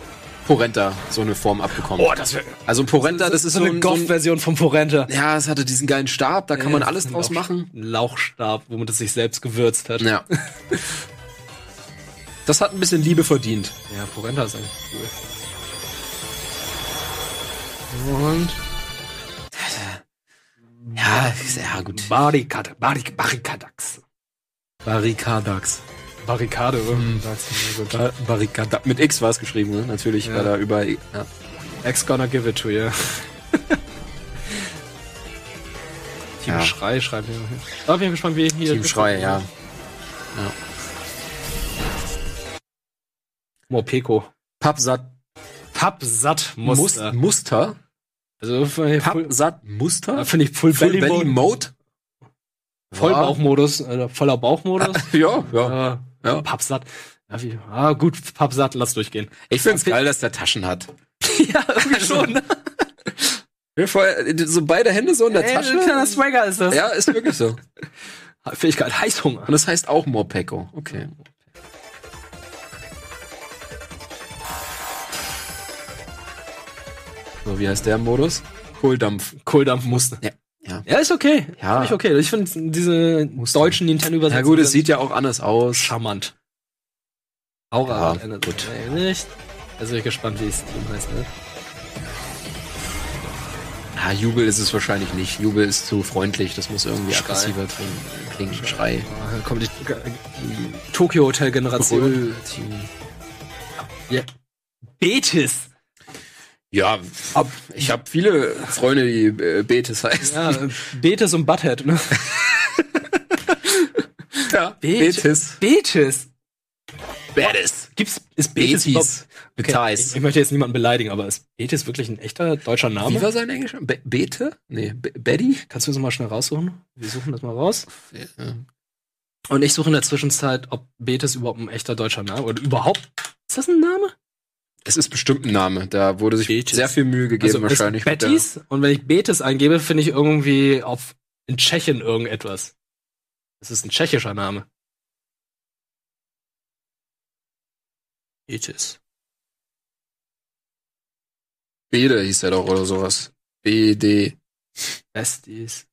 A: Porenta so eine Form abbekommt. Oh,
B: das wäre.
A: also Porenta, das ist so, ein, so ein
B: Goff-Version von Forenta.
A: Ja, es hatte diesen geilen Stab, da kann man alles draus machen.
B: Ein Lauchstab, womit es sich selbst gewürzt hat.
A: Ja. Das hat ein bisschen Liebe verdient.
B: Ja, Porenta ist eigentlich cool. Und
A: Ja, ja gut.
B: Barrikade, Barrik, Barrikadax.
A: Barrikadax.
B: Barrikade, oder?
A: Ba Barrikadax. Mit X war es geschrieben, ne? Natürlich,
B: Ja.
A: weil da über. Ja.
B: Ex gonna give it to you. Team
A: Ja.
B: Schrei schreibt mir noch hin. Da bin ich gespannt, wie hier.
A: Team Schrei, ja.
B: Morpeko.
A: Pappsat
B: Pappsatt
A: Mus-
B: Muster.
A: Muster.
B: Also, Papp
A: Pappsat Muster.
B: finde ich Full,
A: Full
B: Belly,
A: Belly
B: Mode.
A: Mode.
B: Vollbauchmodus, äh, voller Bauchmodus.
A: Ja, ja.
B: äh,
A: Ja.
B: Pappsatt. Ja, wie, ah, gut, Pappsatt, lass durchgehen.
A: Ich find's geil, dass der Taschen hat.
B: ja, irgendwie schon.
A: Ja, voll- So beide Hände so in der
B: Ey,
A: Tasche.
B: ein kleiner Swagger ist das.
A: Ja, ist wirklich so.
B: Fähigkeit Heißhunger.
A: Und das heißt auch Morpeko. Okay. So, wie heißt der Modus? Kohldampf.
B: Kohldampfmuster.
A: Ja. Ja.
B: ist okay.
A: Ja.
B: Finde ich okay. Ich finde diese deutschen Nintendo-Übersetzungen
A: Ja gut, es sieht ja auch anders aus.
B: charmant. Aura
A: Ja,
B: ändert
A: gut.
B: sich wahrscheinlich nicht. Also bin ich gespannt, wie das Team heißt. Ne?
A: Ah, Jubel ist es wahrscheinlich nicht. Jubel ist zu freundlich. Das muss irgendwie
B: Schrei.
A: aggressiver klingen. klingen. Schrei.
B: Ah, da kommt die, die Tokyo Hotel Generation. Ja. Betis.
A: Ja, ich habe viele Freunde, die äh, Betis heißen.
B: Ja, äh, Betis und Butthead. Ne?
A: Ja,
B: Betis. Betis.
A: Betis.
B: Gibt's ist Betis?
A: Betis.
B: überhaupt- Okay, ich,
A: Betis.
B: ich möchte jetzt niemanden beleidigen, aber ist Betis wirklich ein echter deutscher
A: Wie
B: Name?
A: war sein Englisch? Be Bete? Nee, Be Betty?
B: Kannst du das mal schnell raussuchen? Wir suchen das mal raus.
A: Ja.
B: Und ich suche in der Zwischenzeit, ob Betis überhaupt ein echter deutscher Name oder überhaupt. Ist das ein Name?
A: Es ist bestimmt ein Name. Da wurde sich
B: Betis.
A: sehr viel Mühe gegeben
B: Also, ist
A: wahrscheinlich. mit der-
B: Betis. Und wenn ich Betis eingebe, finde ich irgendwie auf, in Tschechien irgendetwas. Das ist ein tschechischer Name. Betis.
A: Bede hieß er doch oder sowas. BD.
B: Besties.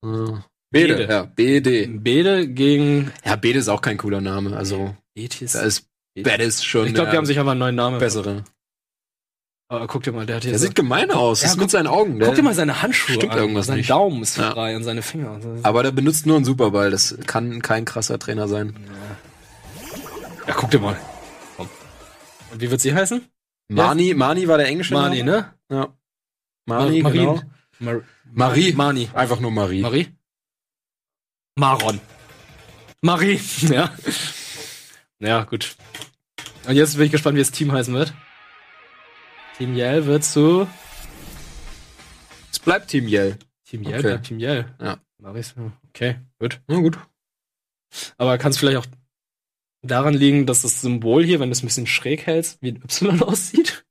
A: Bede,
B: Ah. Bede.
A: ja, BD.
B: Bede gegen
A: Ja, Bede ist auch kein cooler Name. Also,
B: Betis.
A: da ist Bettis schon.
B: Ich glaube, die
A: der
B: haben sich einfach einen neuen Namen.
A: bessere.
B: Aber guck dir mal, der hat hier.
A: Der
B: so-
A: sieht gemein aus.
B: Ja,
A: das ist
B: guck-
A: mit seinen Augen. ne? Der,
B: guck dir mal seine Handschuhe
A: Stimmt
B: an.
A: irgendwas
B: sein
A: nicht.
B: Daumen ist
A: Ja.
B: frei und seine Finger. Das ist-
A: Aber der benutzt nur einen Superball. Das kann kein krasser Trainer sein.
B: Ja, guck dir mal. Komm. Und wie wird sie heißen?
A: Mani, Mani war der englische
B: Mani,
A: Name.
B: ne?
A: Ja. Genau. Mani,
B: Mar-
A: genau.
B: Marien. Mar
A: Marie.
B: Mani.
A: Einfach nur Marie.
B: Marie? Maron. Marie, ja. Ja, gut. Und jetzt bin ich gespannt, wie das Team heißen wird. Team Yell wird zu.
A: Es bleibt Team Yell.
B: Team Yell
A: Okay.
B: bleibt Team Yell.
A: Ja.
B: Maris, okay, gut.
A: Na gut.
B: Aber kann es vielleicht auch daran liegen, dass das Symbol hier, wenn du es ein bisschen schräg hältst, wie ein Y aussieht?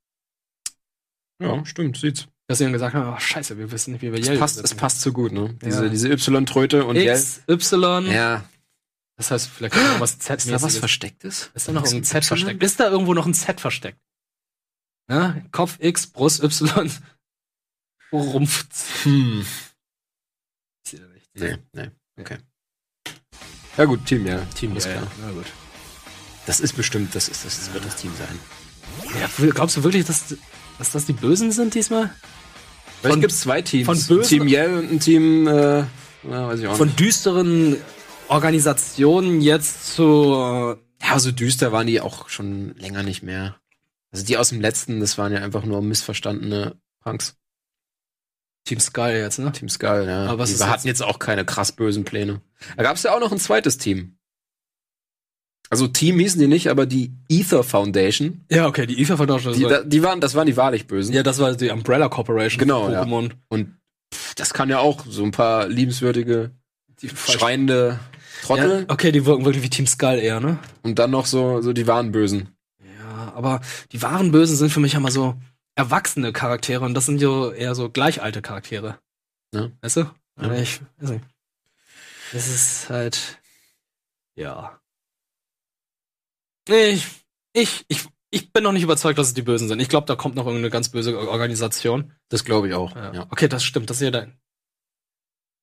A: Ja, stimmt. Sieht's.
B: Dass sie dann gesagt haben, oh, scheiße, wir wissen nicht, wie wir
A: Es
B: Yell
A: passt, es passt so gut, ne? Diese,
B: Ja.
A: diese Y-Tröte und Yell.
B: X, Y.
A: Ja.
B: Das heißt, vielleicht ist noch was Z
A: Ist da was
B: versteckt.
A: Verstecktes?
B: Ist da noch
A: Ist
B: ein Z
A: Y?
B: versteckt? Ist da irgendwo noch ein Z versteckt? Ja, Kopf X, Brust Y, Rumpf. Z.
A: Hm.
B: Ich sehe da nichts.
A: Nee, nee. Okay. Ja gut, Team Yell. Team
B: Alles
A: Yell.
B: klar. Na gut.
A: Das ist bestimmt, das ist das, das wird das Team sein.
B: Ja, glaubst du wirklich, dass, dass das die Bösen sind diesmal?
A: Vielleicht gibt es zwei Teams.
B: von bösen-
A: Team Yell und ein Team, äh, ja, weiß ich auch
B: Von
A: nicht.
B: düsteren Organisationen jetzt zu äh,
A: Ja, so düster waren die auch schon länger nicht mehr. Also die aus dem letzten, das waren ja einfach nur missverstandene Punks.
B: Team Sky jetzt, ne?
A: Team Skull, ja.
B: Aber was
A: die
B: ist
A: hatten jetzt auch keine krass bösen Pläne. Da gab es ja auch noch ein zweites Team. Also Team hießen die nicht, aber die Ether Foundation,
B: Ja, okay, die IFA vertauscht.
A: die, da, die waren, das waren die wahrlich bösen.
B: ja, das war die Umbrella Corporation.
A: Genau, ja.
B: Pokémon.
A: Und pff, das kann ja auch so ein paar liebenswürdige,
B: Die
A: schreiende Trottel.
B: ja, okay, die wirken wirklich wie Team Skull eher, ne?
A: Und dann noch so, so die wahren Bösen.
B: Ja, aber die wahren Bösen sind für mich immer so erwachsene Charaktere und das sind ja eher so gleichalte Charaktere.
A: Ja.
B: Weißt du? Aber Ich weiß nicht. Das ist halt. Ja. Nee, Ich, ich, ich, ich bin noch nicht überzeugt, dass es die Bösen sind. Ich glaube, da kommt noch irgendeine ganz böse Organisation.
A: Das glaube ich auch.
B: Ja.
A: Ja.
B: Okay, das stimmt. Das ist ja dein.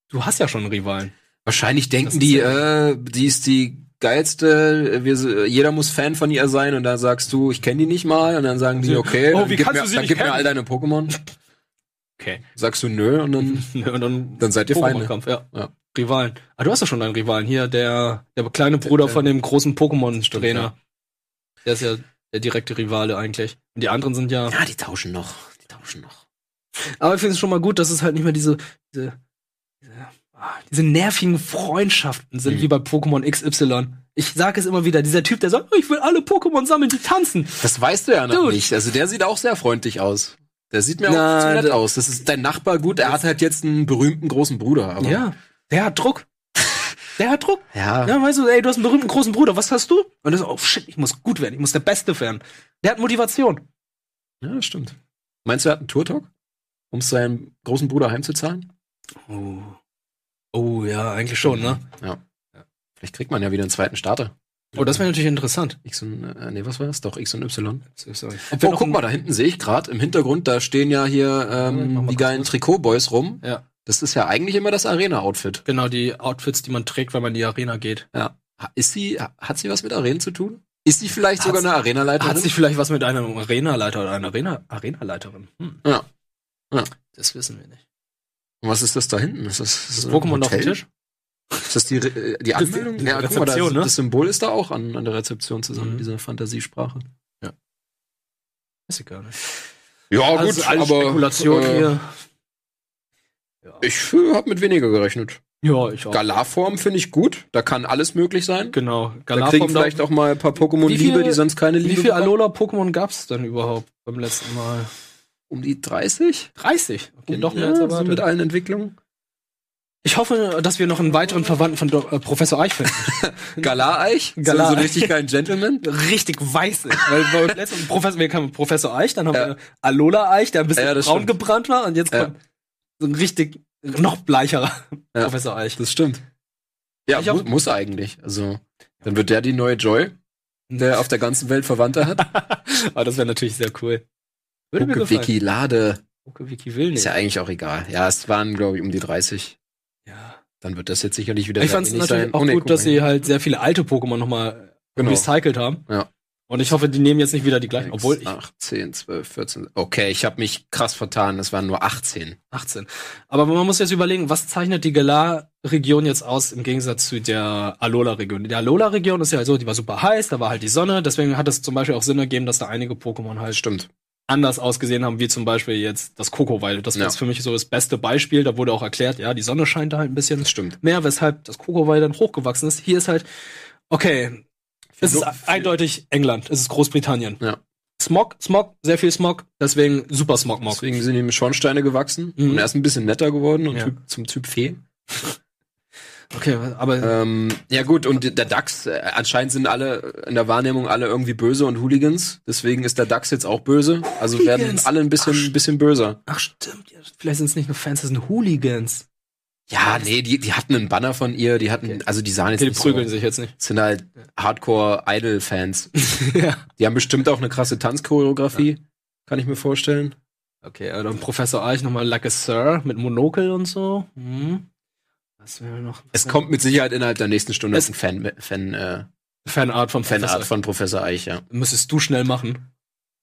B: Du hast ja schon einen Rivalen.
A: Wahrscheinlich
B: Das
A: denken
B: ist
A: die,
B: ja-
A: äh, die ist die geilste, äh, wir, jeder muss Fan von ihr sein und dann sagst du, ich kenne die nicht mal und dann sagen die,
B: Sie-
A: okay,
B: Oh,
A: dann
B: wie
A: gib,
B: kannst
A: mir,
B: du sie
A: dann
B: nicht
A: gib mir
B: kennen?
A: all deine Pokémon.
B: Okay.
A: Sagst du nö und dann
B: Und dann,
A: Dann seid ihr Feinde.
B: Pokémon-Kampf, ja.
A: Ja.
B: Rivalen. Ah, du hast ja schon einen Rivalen hier, der, der kleine Bruder
A: der-
B: von dem großen Pokémon-Trainer.
A: ja.
B: Der ist ja der direkte Rivale eigentlich. Und die anderen sind ja.
A: ja, die tauschen noch, die tauschen noch.
B: Aber ich finde es schon mal gut, dass es halt nicht mehr diese, diese, diese, ah, diese nervigen Freundschaften sind,
A: Mhm.
B: wie bei Pokémon XY. Ich sage es immer wieder, dieser Typ, der sagt, oh, ich will alle Pokémon sammeln, die tanzen.
A: Das weißt du ja noch
B: Dude.
A: nicht. Also der sieht auch sehr freundlich aus. Der sieht mir auch
B: Na,
A: zu nett
B: da-
A: aus. Das ist dein Nachbar gut. Er hat halt jetzt einen berühmten großen Bruder. Aber
B: Ja, der hat Druck. Der hat Druck.
A: ja.
B: Ja, weißt du, ey, du hast einen berühmten großen Bruder, was hast du? Und das, oh shit, ich muss gut werden, ich muss der Beste werden. Der hat Motivation.
A: Ja, stimmt. Meinst du, er hat einen Turtok? Um es seinem großen Bruder heimzuzahlen?
B: Oh. Oh ja, eigentlich schon, ne?
A: Ja. Vielleicht kriegt man ja wieder einen zweiten Starter.
B: Oh, das wäre natürlich interessant.
A: X und, äh, nee, was war das? Doch, X und Y.
B: Wenn
A: Oh,
B: noch
A: guck
B: ein-
A: mal, da hinten sehe ich gerade im Hintergrund, da stehen ja hier
B: Ja, ich mach
A: ähm,
B: mal
A: die
B: kurz
A: geilen
B: was.
A: Trikot-Boys rum.
B: Ja.
A: Das ist ja eigentlich immer das Arena-Outfit.
B: Genau, die Outfits, die man trägt, wenn man in die Arena geht.
A: Ist sie, hat sie was mit Arenen zu tun? Ist sie vielleicht sogar
B: Hat's-
A: eine
B: Hat
A: Arenaleiterin?
B: sich vielleicht was mit einem Arenaleiter oder einer Arena, Arenaleiterin? Hm.
A: Ja. Ja.
B: Das wissen wir nicht.
A: Und was ist das da hinten? Ist das, ist
B: Ist
A: das
B: Pokémon
A: ein
B: auf dem
A: Hotel?
B: Tisch?
A: Ist das die, Re- äh, die
B: Das ist die-
A: Anmeldung?
B: die
A: ja, guck mal,
B: Rezeption,
A: das,
B: ne?
A: das Symbol ist da auch an, an der Rezeption zusammen,
B: Mhm.
A: diese Fantasiesprache.
B: Weiß ich gar nicht.
A: Ja,
B: Also alles Spekulation
A: äh,
B: hier.
A: Ich äh, habe mit weniger gerechnet.
B: Ja, ich auch.
A: Galar-Form finde ich gut. da kann alles möglich sein.
B: genau.
A: Da
B: Galar
A: kriegen vielleicht auch mal ein paar Pokémon
B: Wie viel-
A: Liebe, die sonst keine
B: Wie
A: Liebe
B: viele
A: bekommen.
B: Alola-Pokémon gab's denn überhaupt beim letzten Mal?
A: Um die 30?
B: 30. Okay, doch Um mehr
A: ja,
B: als
A: so mit
B: erwartet.
A: allen Entwicklungen.
B: Ich hoffe, dass wir noch einen weiteren Verwandten von Do äh, Professor Eich finden.
A: Galar-Eich?
B: Galar-Eich.
A: So, so richtig kein Gentleman?
B: Richtig weiß ist. Weil bei uns letzten Professor, wir kamen Professor Eich, dann haben
A: Ja.
B: wir Alola Eich, der ein bisschen
A: Ja, das
B: braun
A: stimmt.
B: gebrannt war und jetzt
A: Ja.
B: kommt so ein richtig noch bleicherer
A: Ja.
B: Professor Eich.
A: Das stimmt. Ja,
B: Ich hab-
A: mu muss eigentlich. Also, dann wird der die neue Joy, der auf der ganzen Welt Verwandte hat.
B: Aber das wäre natürlich sehr cool. Würde mir gefallen.
A: Wiki Lade.
B: Wiki will nicht.
A: Ist ja eigentlich auch egal. Ja, es waren, glaube ich, um die 30.
B: Ja.
A: Dann wird das jetzt sicherlich wieder
B: Ich
A: sehr
B: fand es
A: wenig
B: natürlich
A: sein.
B: auch
A: Oh, nee,
B: gut,
A: guck
B: dass
A: mal
B: sie
A: hier.
B: halt sehr viele alte Pokémon nochmal
A: Genau.
B: recycelt haben.
A: Ja.
B: Und ich hoffe, die nehmen jetzt nicht wieder die gleichen, obwohl ich
A: 8, 10, 12, 14. Okay, ich habe mich krass vertan. Es waren nur 18.
B: 18. Aber man muss jetzt überlegen, was zeichnet die Galar-Region jetzt aus im Gegensatz zu der Alola-Region? Die Alola-Region ist ja so, die war super heiß, da war halt die Sonne, deswegen hat es zum Beispiel auch Sinn ergeben, dass da einige Pokémon
A: Das
B: halt
A: stimmt.
B: anders ausgesehen haben, wie zum Beispiel jetzt das Kokowald. Das
A: Ja.
B: ist für mich so das beste Beispiel, da wurde auch erklärt, ja, die Sonne scheint da halt ein bisschen
A: Das stimmt.
B: mehr, weshalb das Kokowald dann hochgewachsen ist. Hier ist halt, okay, es ist eindeutig England, es ist Großbritannien.
A: Ja.
B: Smog, Smog, sehr viel Smog, deswegen super Smog-Mog.
A: Deswegen sind ihm Schornsteine gewachsen
B: Mhm.
A: und er ist ein bisschen netter geworden und
B: Ja.
A: typ, zum Typ Fee.
B: Okay, aber
A: Ähm, ja gut, und der Dachs, äh, anscheinend sind alle in der Wahrnehmung alle irgendwie böse und Hooligans. Deswegen ist der Dachs jetzt auch böse. Also werden
B: Hooligans.
A: alle ein bisschen,
B: Ach.
A: ein bisschen böser.
B: Ach stimmt, ja, vielleicht sind es nicht nur Fans, das sind Hooligans.
A: Ja, nee, die, die hatten einen Banner von ihr, die hatten,
B: Okay.
A: also die sahen jetzt
B: Die
A: nicht
B: prügeln
A: so.
B: sich jetzt nicht.
A: sind halt Hardcore-Idol-Fans.
B: ja.
A: Die haben bestimmt auch eine krasse Tanzchoreografie, kann ich mir vorstellen.
B: Okay, und dann Professor Eich nochmal Like a Sir mit Monokel und so. Hm. Was wäre noch?
A: Es kommt mit Sicherheit innerhalb der nächsten Stunde
B: Es-
A: ein Fan, Fan, äh,
B: Fanart vom
A: Fanart
B: Professor.
A: von Professor Eich, ja.
B: Müsstest du schnell machen.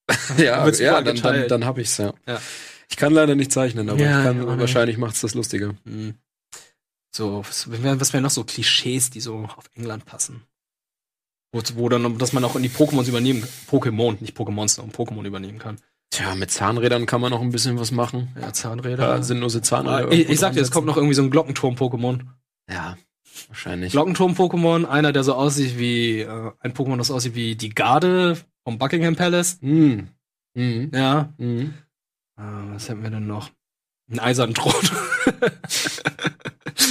A: Ja,
B: wird's
A: ja dann,
B: überall
A: dann,
B: geteilt.
A: dann hab ich's, ja.
B: Ja.
A: Ich kann leider nicht zeichnen, aber
B: Ja,
A: ich
B: ja,
A: kann,
B: auch nicht.
A: wahrscheinlich macht's das lustiger.
B: Hm. So, was wären was wären noch so Klischees, die so auf England passen? Wo, wo dann, dass man auch in die Pokémons übernehmen Pokémon, nicht Pokémons, sondern Pokémon übernehmen kann.
A: Tja, mit Zahnrädern kann man noch ein bisschen was machen.
B: Ja,
A: Ein paar
B: Zahnräder.
A: sinnlose
B: Ah,
A: Zahnräder.
B: ich,
A: irgendwo
B: ich sag dir, es
A: dransetzen.
B: kommt noch irgendwie so ein Glockenturm-Pokémon.
A: Ja, wahrscheinlich.
B: Glockenturm-Pokémon, einer, der so aussieht wie, äh, ein Pokémon, das aussieht wie die Garde vom Buckingham Palace.
A: Hm. Hm.
B: Ja.
A: Hm.
B: Äh, was hätten wir denn noch? Ein eisernen Thron.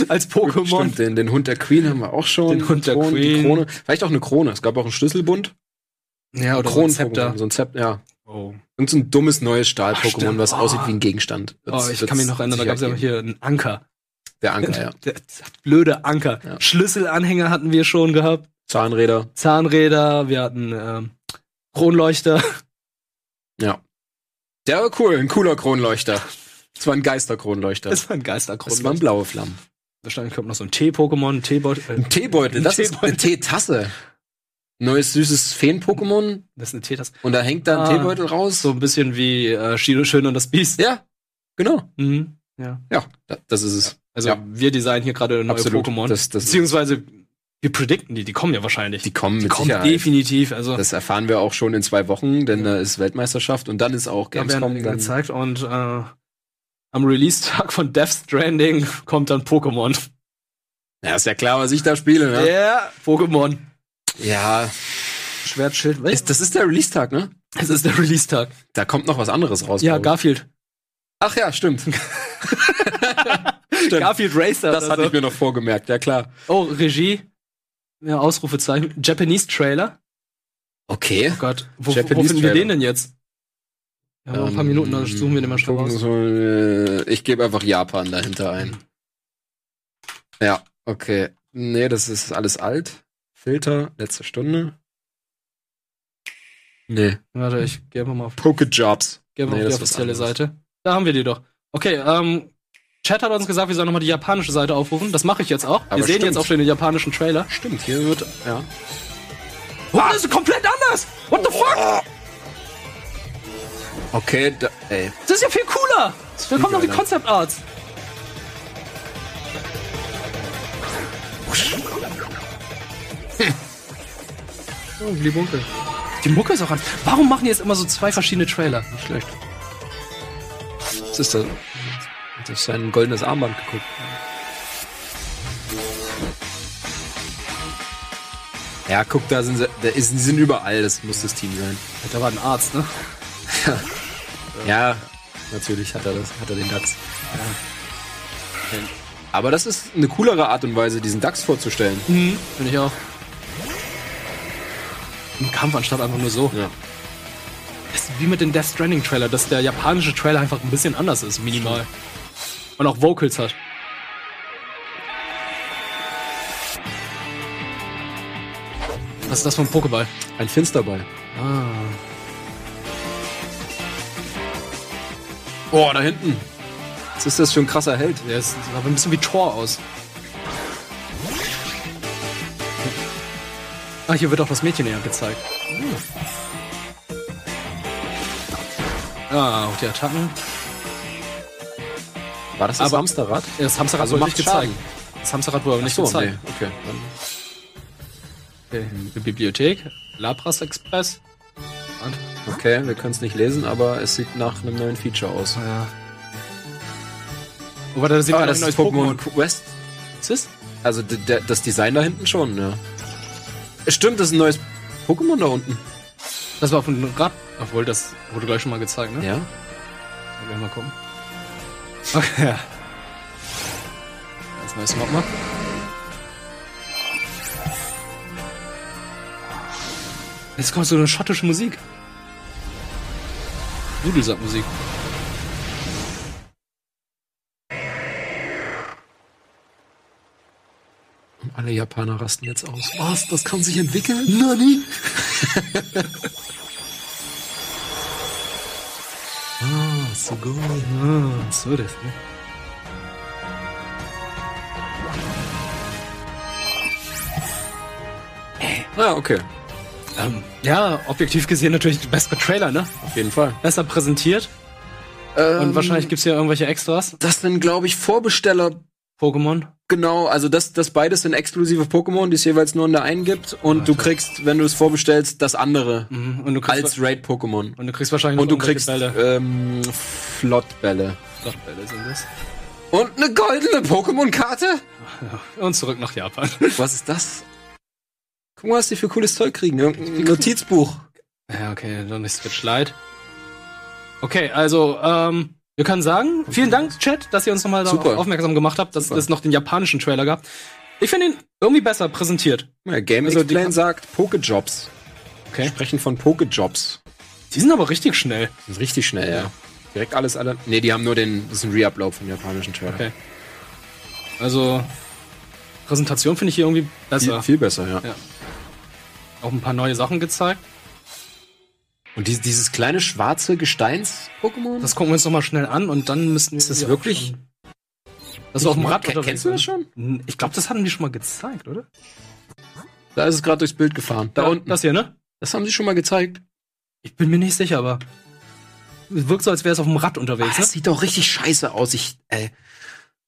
B: Als Pokémon.
A: Stimmt, den, den Hund der Queen haben wir auch schon.
B: Den Hund der
A: Kron-
B: Queen.
A: Die Krone. Vielleicht auch eine Krone. Es gab auch einen Schlüsselbund.
B: Ja,
A: Ein Kronenzepter. So ein Zepter, ja.
B: Oh.
A: Irgend so ein dummes neues
B: Ach, stimmt.
A: Stahl-Pokémon, was
B: Oh.
A: aussieht wie ein Gegenstand.
B: oh, ich kann mich noch erinnern, da gab es ja
A: hier.
B: hier einen Anker.
A: Der Anker, ja.
B: Der, dieser blöde Anker.
A: Ja.
B: Schlüsselanhänger hatten wir schon gehabt.
A: Zahnräder.
B: Zahnräder, wir hatten ähm, Kronleuchter.
A: Der war cool, ein cooler Kronleuchter. Es war ein Geisterkronleuchter.
B: Das war ein
A: Es waren
B: Geisterkronleuchter.
A: blaue Flammen.
B: Wahrscheinlich kommt noch so ein Tee-Pokémon, ein Teebeutel. äh,
A: Ein Teebeutel, das
B: Ein
A: ist eine Teetasse. Neues süßes Feen-Pokémon
B: Das ist eine Teetasse.
A: und da hängt da ein
B: Ah.
A: Teebeutel raus.
B: So ein bisschen wie äh, Shido Schön und das Biest.
A: Ja, genau.
B: Mhm. Ja.
A: Ja, da- das ist es.
B: Also
A: Ja.
B: wir designen hier gerade neue
A: Absolut.
B: Pokémon.
A: Das- das-
B: Beziehungsweise wir predikten die, die kommen ja wahrscheinlich.
A: Die kommen
B: Die
A: mit
B: kommen
A: Sicherheit.
B: definitiv. Also
A: Das erfahren wir auch schon in zwei Wochen, denn da ist Weltmeisterschaft und dann ist auch
B: da werden
A: Gamescom.
B: die
A: Dann,
B: gezeigt und äh, am Release-Tag von Death Stranding kommt dann Pokémon.
A: ja, ist ja klar, was ich da spiele.
B: Ja,
A: Ne?
B: Pokémon.
A: Ja,
B: Schwert, Schild. Was?
A: ist, das ist der Release-Tag, ne?
B: Es ist der Release-Tag.
A: Da kommt noch was anderes raus.
B: Ja,
A: glaub ich.
B: Garfield.
A: Ach ja, stimmt. Stimmt.
B: Garfield Racer.
A: Das
B: oder
A: hatte
B: so.
A: ich mir noch vorgemerkt, ja klar.
B: Oh, Regie. Ja, Ausrufezeichen. Japanese-Trailer.
A: Okay.
B: Oh Gott, wo, wo
A: Japanese
B: finden wir
A: Trailer. Ähm,
B: den denn jetzt? Ja, noch ein paar Minuten, dann suchen wir den mal schnell
A: gucken
B: raus.
A: so, äh, Ich gebe einfach Japan dahinter ein. Ja, okay. Nee, das ist alles alt. Filter, letzte Stunde. Nee.
B: Warte, ich gehe einfach mal auf,
A: Pokejobs.
B: geh einfach
A: Nee,
B: auf
A: das
B: die
A: ist was
B: offizielle
A: anderes.
B: Seite. Da haben wir die doch. Okay, ähm, Chat hat uns gesagt, wir sollen nochmal die japanische Seite aufrufen. Das mache ich jetzt auch. wir
A: Aber
B: sehen
A: stimmt.
B: jetzt auch schon den japanischen Trailer.
A: Stimmt, hier wird. Ja.
B: Und Oh, das ist komplett anders. What the fuck?
A: Okay, da, ey.
B: Das ist ja viel cooler. Da kommen noch die
A: geiler.
B: Concept Arts. Oh, die Mucke. Die Mucke ist auch an. Warum machen die jetzt immer so zwei verschiedene Trailer? Nicht schlecht. Was ist das? Hat auf sein goldenes Armband geguckt.
A: Ja, guck, da sind sie, da ist, die sind überall, das muss das Team sein.
B: Da war ein Arzt, ne?
A: Ja,
B: Natürlich hat er das, hat er den Dachs.
A: aber das ist eine coolere Art und Weise, diesen DAX vorzustellen.
B: Mhm. Finde ich auch. Im Kampf anstatt einfach nur so.
A: Ja.
B: Das ist wie mit dem Death Stranding Trailer, dass der japanische Trailer einfach ein bisschen anders ist, minimal. Und auch Vocals hat. Was ist das für ein Pokéball?
A: Ein Ah. Finsterball. Oh, da hinten. Was ist das für ein krasser Held?
B: Der ist, sieht aber ein bisschen wie Tor aus. Ah, hier wird auch das Mädchen eher gezeigt. Ah, auch die Attacken.
A: War das
B: Aber-
A: Hamsterrad?
B: Ja, Das Hamsterrad
A: Also
B: wurde
A: macht
B: nicht gezeigt.
A: Schaden.
B: Das Hamsterrad wurde aber nicht
A: So, nee,
B: gezeigt.
A: okay.
B: Okay. Die Bibliothek, Lapras Express. Und,
A: Okay, wir können es nicht lesen, aber es sieht nach einem neuen Feature aus.
B: ja. äh, Oh, warte, da sieht
A: Ah,
B: man noch ein neues Pokémon.
A: Quest.
B: Was ist?
A: Also d- der- das Design da hinten schon, ja. Stimmt, das ist ein neues Pokémon da unten.
B: Das war auf dem Rad. Obwohl, das wurde gleich schon mal gezeigt, ne?
A: Ja.
B: Wollen wir mal gucken. Okay, ja. Jetzt neues Mob mal. Jetzt kommt so eine schottische Musik. Dudelsackmusik.
A: Alle Japaner rasten jetzt aus.
B: Was? Das kann sich entwickeln? Nani? ah, so
A: Oh
B: gut. Ah, so das, ne?
A: Ah, okay.
B: Ähm, ja, objektiv gesehen natürlich der bessere Trailer, ne?
A: Auf jeden Fall.
B: Besser präsentiert.
A: Ähm,
B: Und wahrscheinlich gibt's hier irgendwelche Extras.
A: Das sind, glaube ich, Vorbesteller.
B: Pokémon.
A: Genau, also das, das beides sind exklusive Pokémon, die es jeweils nur in der einen gibt. Und du kriegst, wenn du es vorbestellst, das andere
B: Mhm. Und du kriegst,
A: als Raid-Pokémon.
B: und du kriegst wahrscheinlich
A: Und
B: noch
A: du kriegst
B: irgendwelche
A: ähm, Flottbälle.
B: Bälle. Doch, Bälle sind das.
A: Und eine goldene Pokémon-Karte?
B: Und zurück nach Japan.
A: Was ist das? Guck mal, was die für cooles Zeug kriegen. Irgendein Notizbuch.
B: ja, okay, dann ist Switch Lite. Okay, also, ähm, wir können sagen, vielen Dank, Chat, dass ihr uns nochmal darauf
A: Super.
B: aufmerksam gemacht habt, dass
A: Super.
B: es noch den japanischen Trailer gab. Ich finde ihn irgendwie besser präsentiert.
A: Ja, Game
B: Also die
A: Explain
B: Ka-
A: sagt Pokejobs.
B: Okay.
A: Sprechen von Pokejobs.
B: Die sind aber richtig schnell.
A: Das ist richtig schnell, ja. Direkt alles alle. Nee, die haben nur den. Das ist ein Reupload vom japanischen Trailer.
B: Okay. Also, Präsentation finde ich hier irgendwie besser.
A: Viel, viel besser, ja.
B: Ja. Auch ein paar neue Sachen gezeigt.
A: Und die, dieses kleine schwarze Gesteins-Pokémon?
B: Das gucken wir uns nochmal schnell an und dann müssen wir.
A: Ist das
B: Ja,
A: wirklich-
B: Das ist auf dem Rad
A: Ken-
B: unterwegs
A: Kennst du das
B: sind.
A: schon?
B: Ich glaube, das hatten die schon mal gezeigt, oder?
A: Da ist es gerade durchs Bild gefahren. Da
B: Ja,
A: unten.
B: Das hier, ne?
A: das Ah, haben sie schon mal gezeigt.
B: Ich bin mir nicht sicher, aber. Es wirkt so, als wäre es auf dem Rad
A: Ah,
B: unterwegs, ne?
A: das sieht doch richtig scheiße aus. Ich, ey.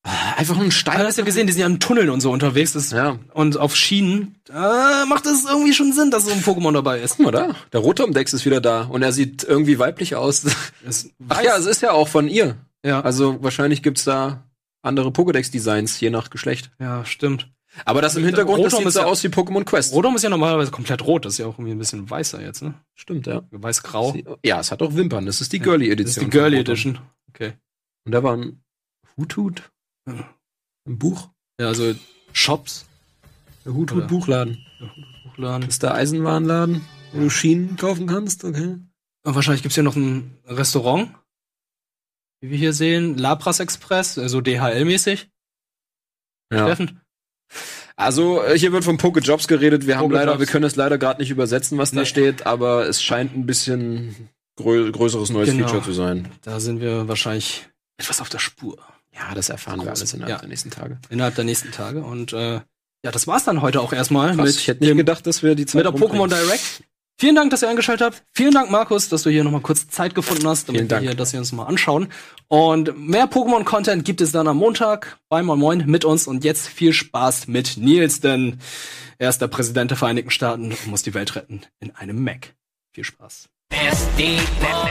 A: Ah, Einfach nur ein
B: Aber
A: Stein.
B: hast du ja gesehen, die sind ja in Tunneln und so unterwegs. Das
A: Ja.
B: Und auf Schienen. Äh, macht es irgendwie schon Sinn, dass so ein Pokémon dabei ist.
A: Guck mal da. Der Rotom-Dex ist wieder da. Und er sieht irgendwie weiblich aus.
B: Es
A: Ach ja, also- es ist ja auch von ihr.
B: ja.
A: Also wahrscheinlich gibt's da andere Pokédex-Designs, je nach Geschlecht.
B: ja, stimmt.
A: Aber das im Hintergrund, das
B: Rotom
A: sieht
B: ist
A: so
B: ja-
A: aus wie Pokémon Quest.
B: Rodom ist ja normalerweise komplett rot. Das ist ja auch irgendwie ein bisschen weißer jetzt, ne?
A: Stimmt, ja.
B: Weiß-grau.
A: Ja, es hat auch Wimpern. Das ist die Girly-Edition.
B: Das ist die
A: von
B: Girly
A: Rotom.
B: Edition. Okay.
A: Und da war ein Hutut
B: Ja.
A: im Buch.
B: Ja, also Shops.
A: Der
B: Oder-
A: Hutut-Buchladen.
B: Buchladen.
A: Das ist der Eisenwarenladen, wo du Schienen kaufen kannst. Okay.
B: Und wahrscheinlich gibt's hier noch ein Restaurant. Wie wir hier sehen, Labras Express, also DHL-mäßig.
A: Ja.
B: Treffen.
A: Also äh, hier wird von Pokejobs geredet. Wir haben
B: Pokejobs.
A: leider, wir können es leider gerade nicht übersetzen, was da
B: Nee.
A: steht, aber es scheint ein bisschen grö größeres neues
B: Genau.
A: Feature zu sein.
B: Da sind wir wahrscheinlich etwas auf der Spur
A: Ja, das erfahren
B: Groß.
A: wir alles innerhalb
B: Ja.
A: der nächsten Tage.
B: innerhalb der nächsten Tage. Und äh, Ja, das war's dann heute auch erstmal
A: Krass, ich
B: mit,
A: hätte nicht gedacht, dass wir die Zeit
B: mit der Pokémon
A: rumbringen.
B: Direct. Vielen Dank, dass ihr eingeschaltet habt. Vielen Dank, Markus, dass du hier nochmal kurz Zeit gefunden hast, damit
A: Vielen
B: wir
A: Dank.
B: hier das hier uns mal anschauen. Und mehr Pokémon-Content gibt es dann am Montag bei Moin Moin mit uns. Und jetzt viel Spaß mit Nils, denn er ist der Präsident der Vereinigten Staaten und muss die Welt retten in einem Mac. Viel Spaß.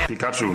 D: Pikachu.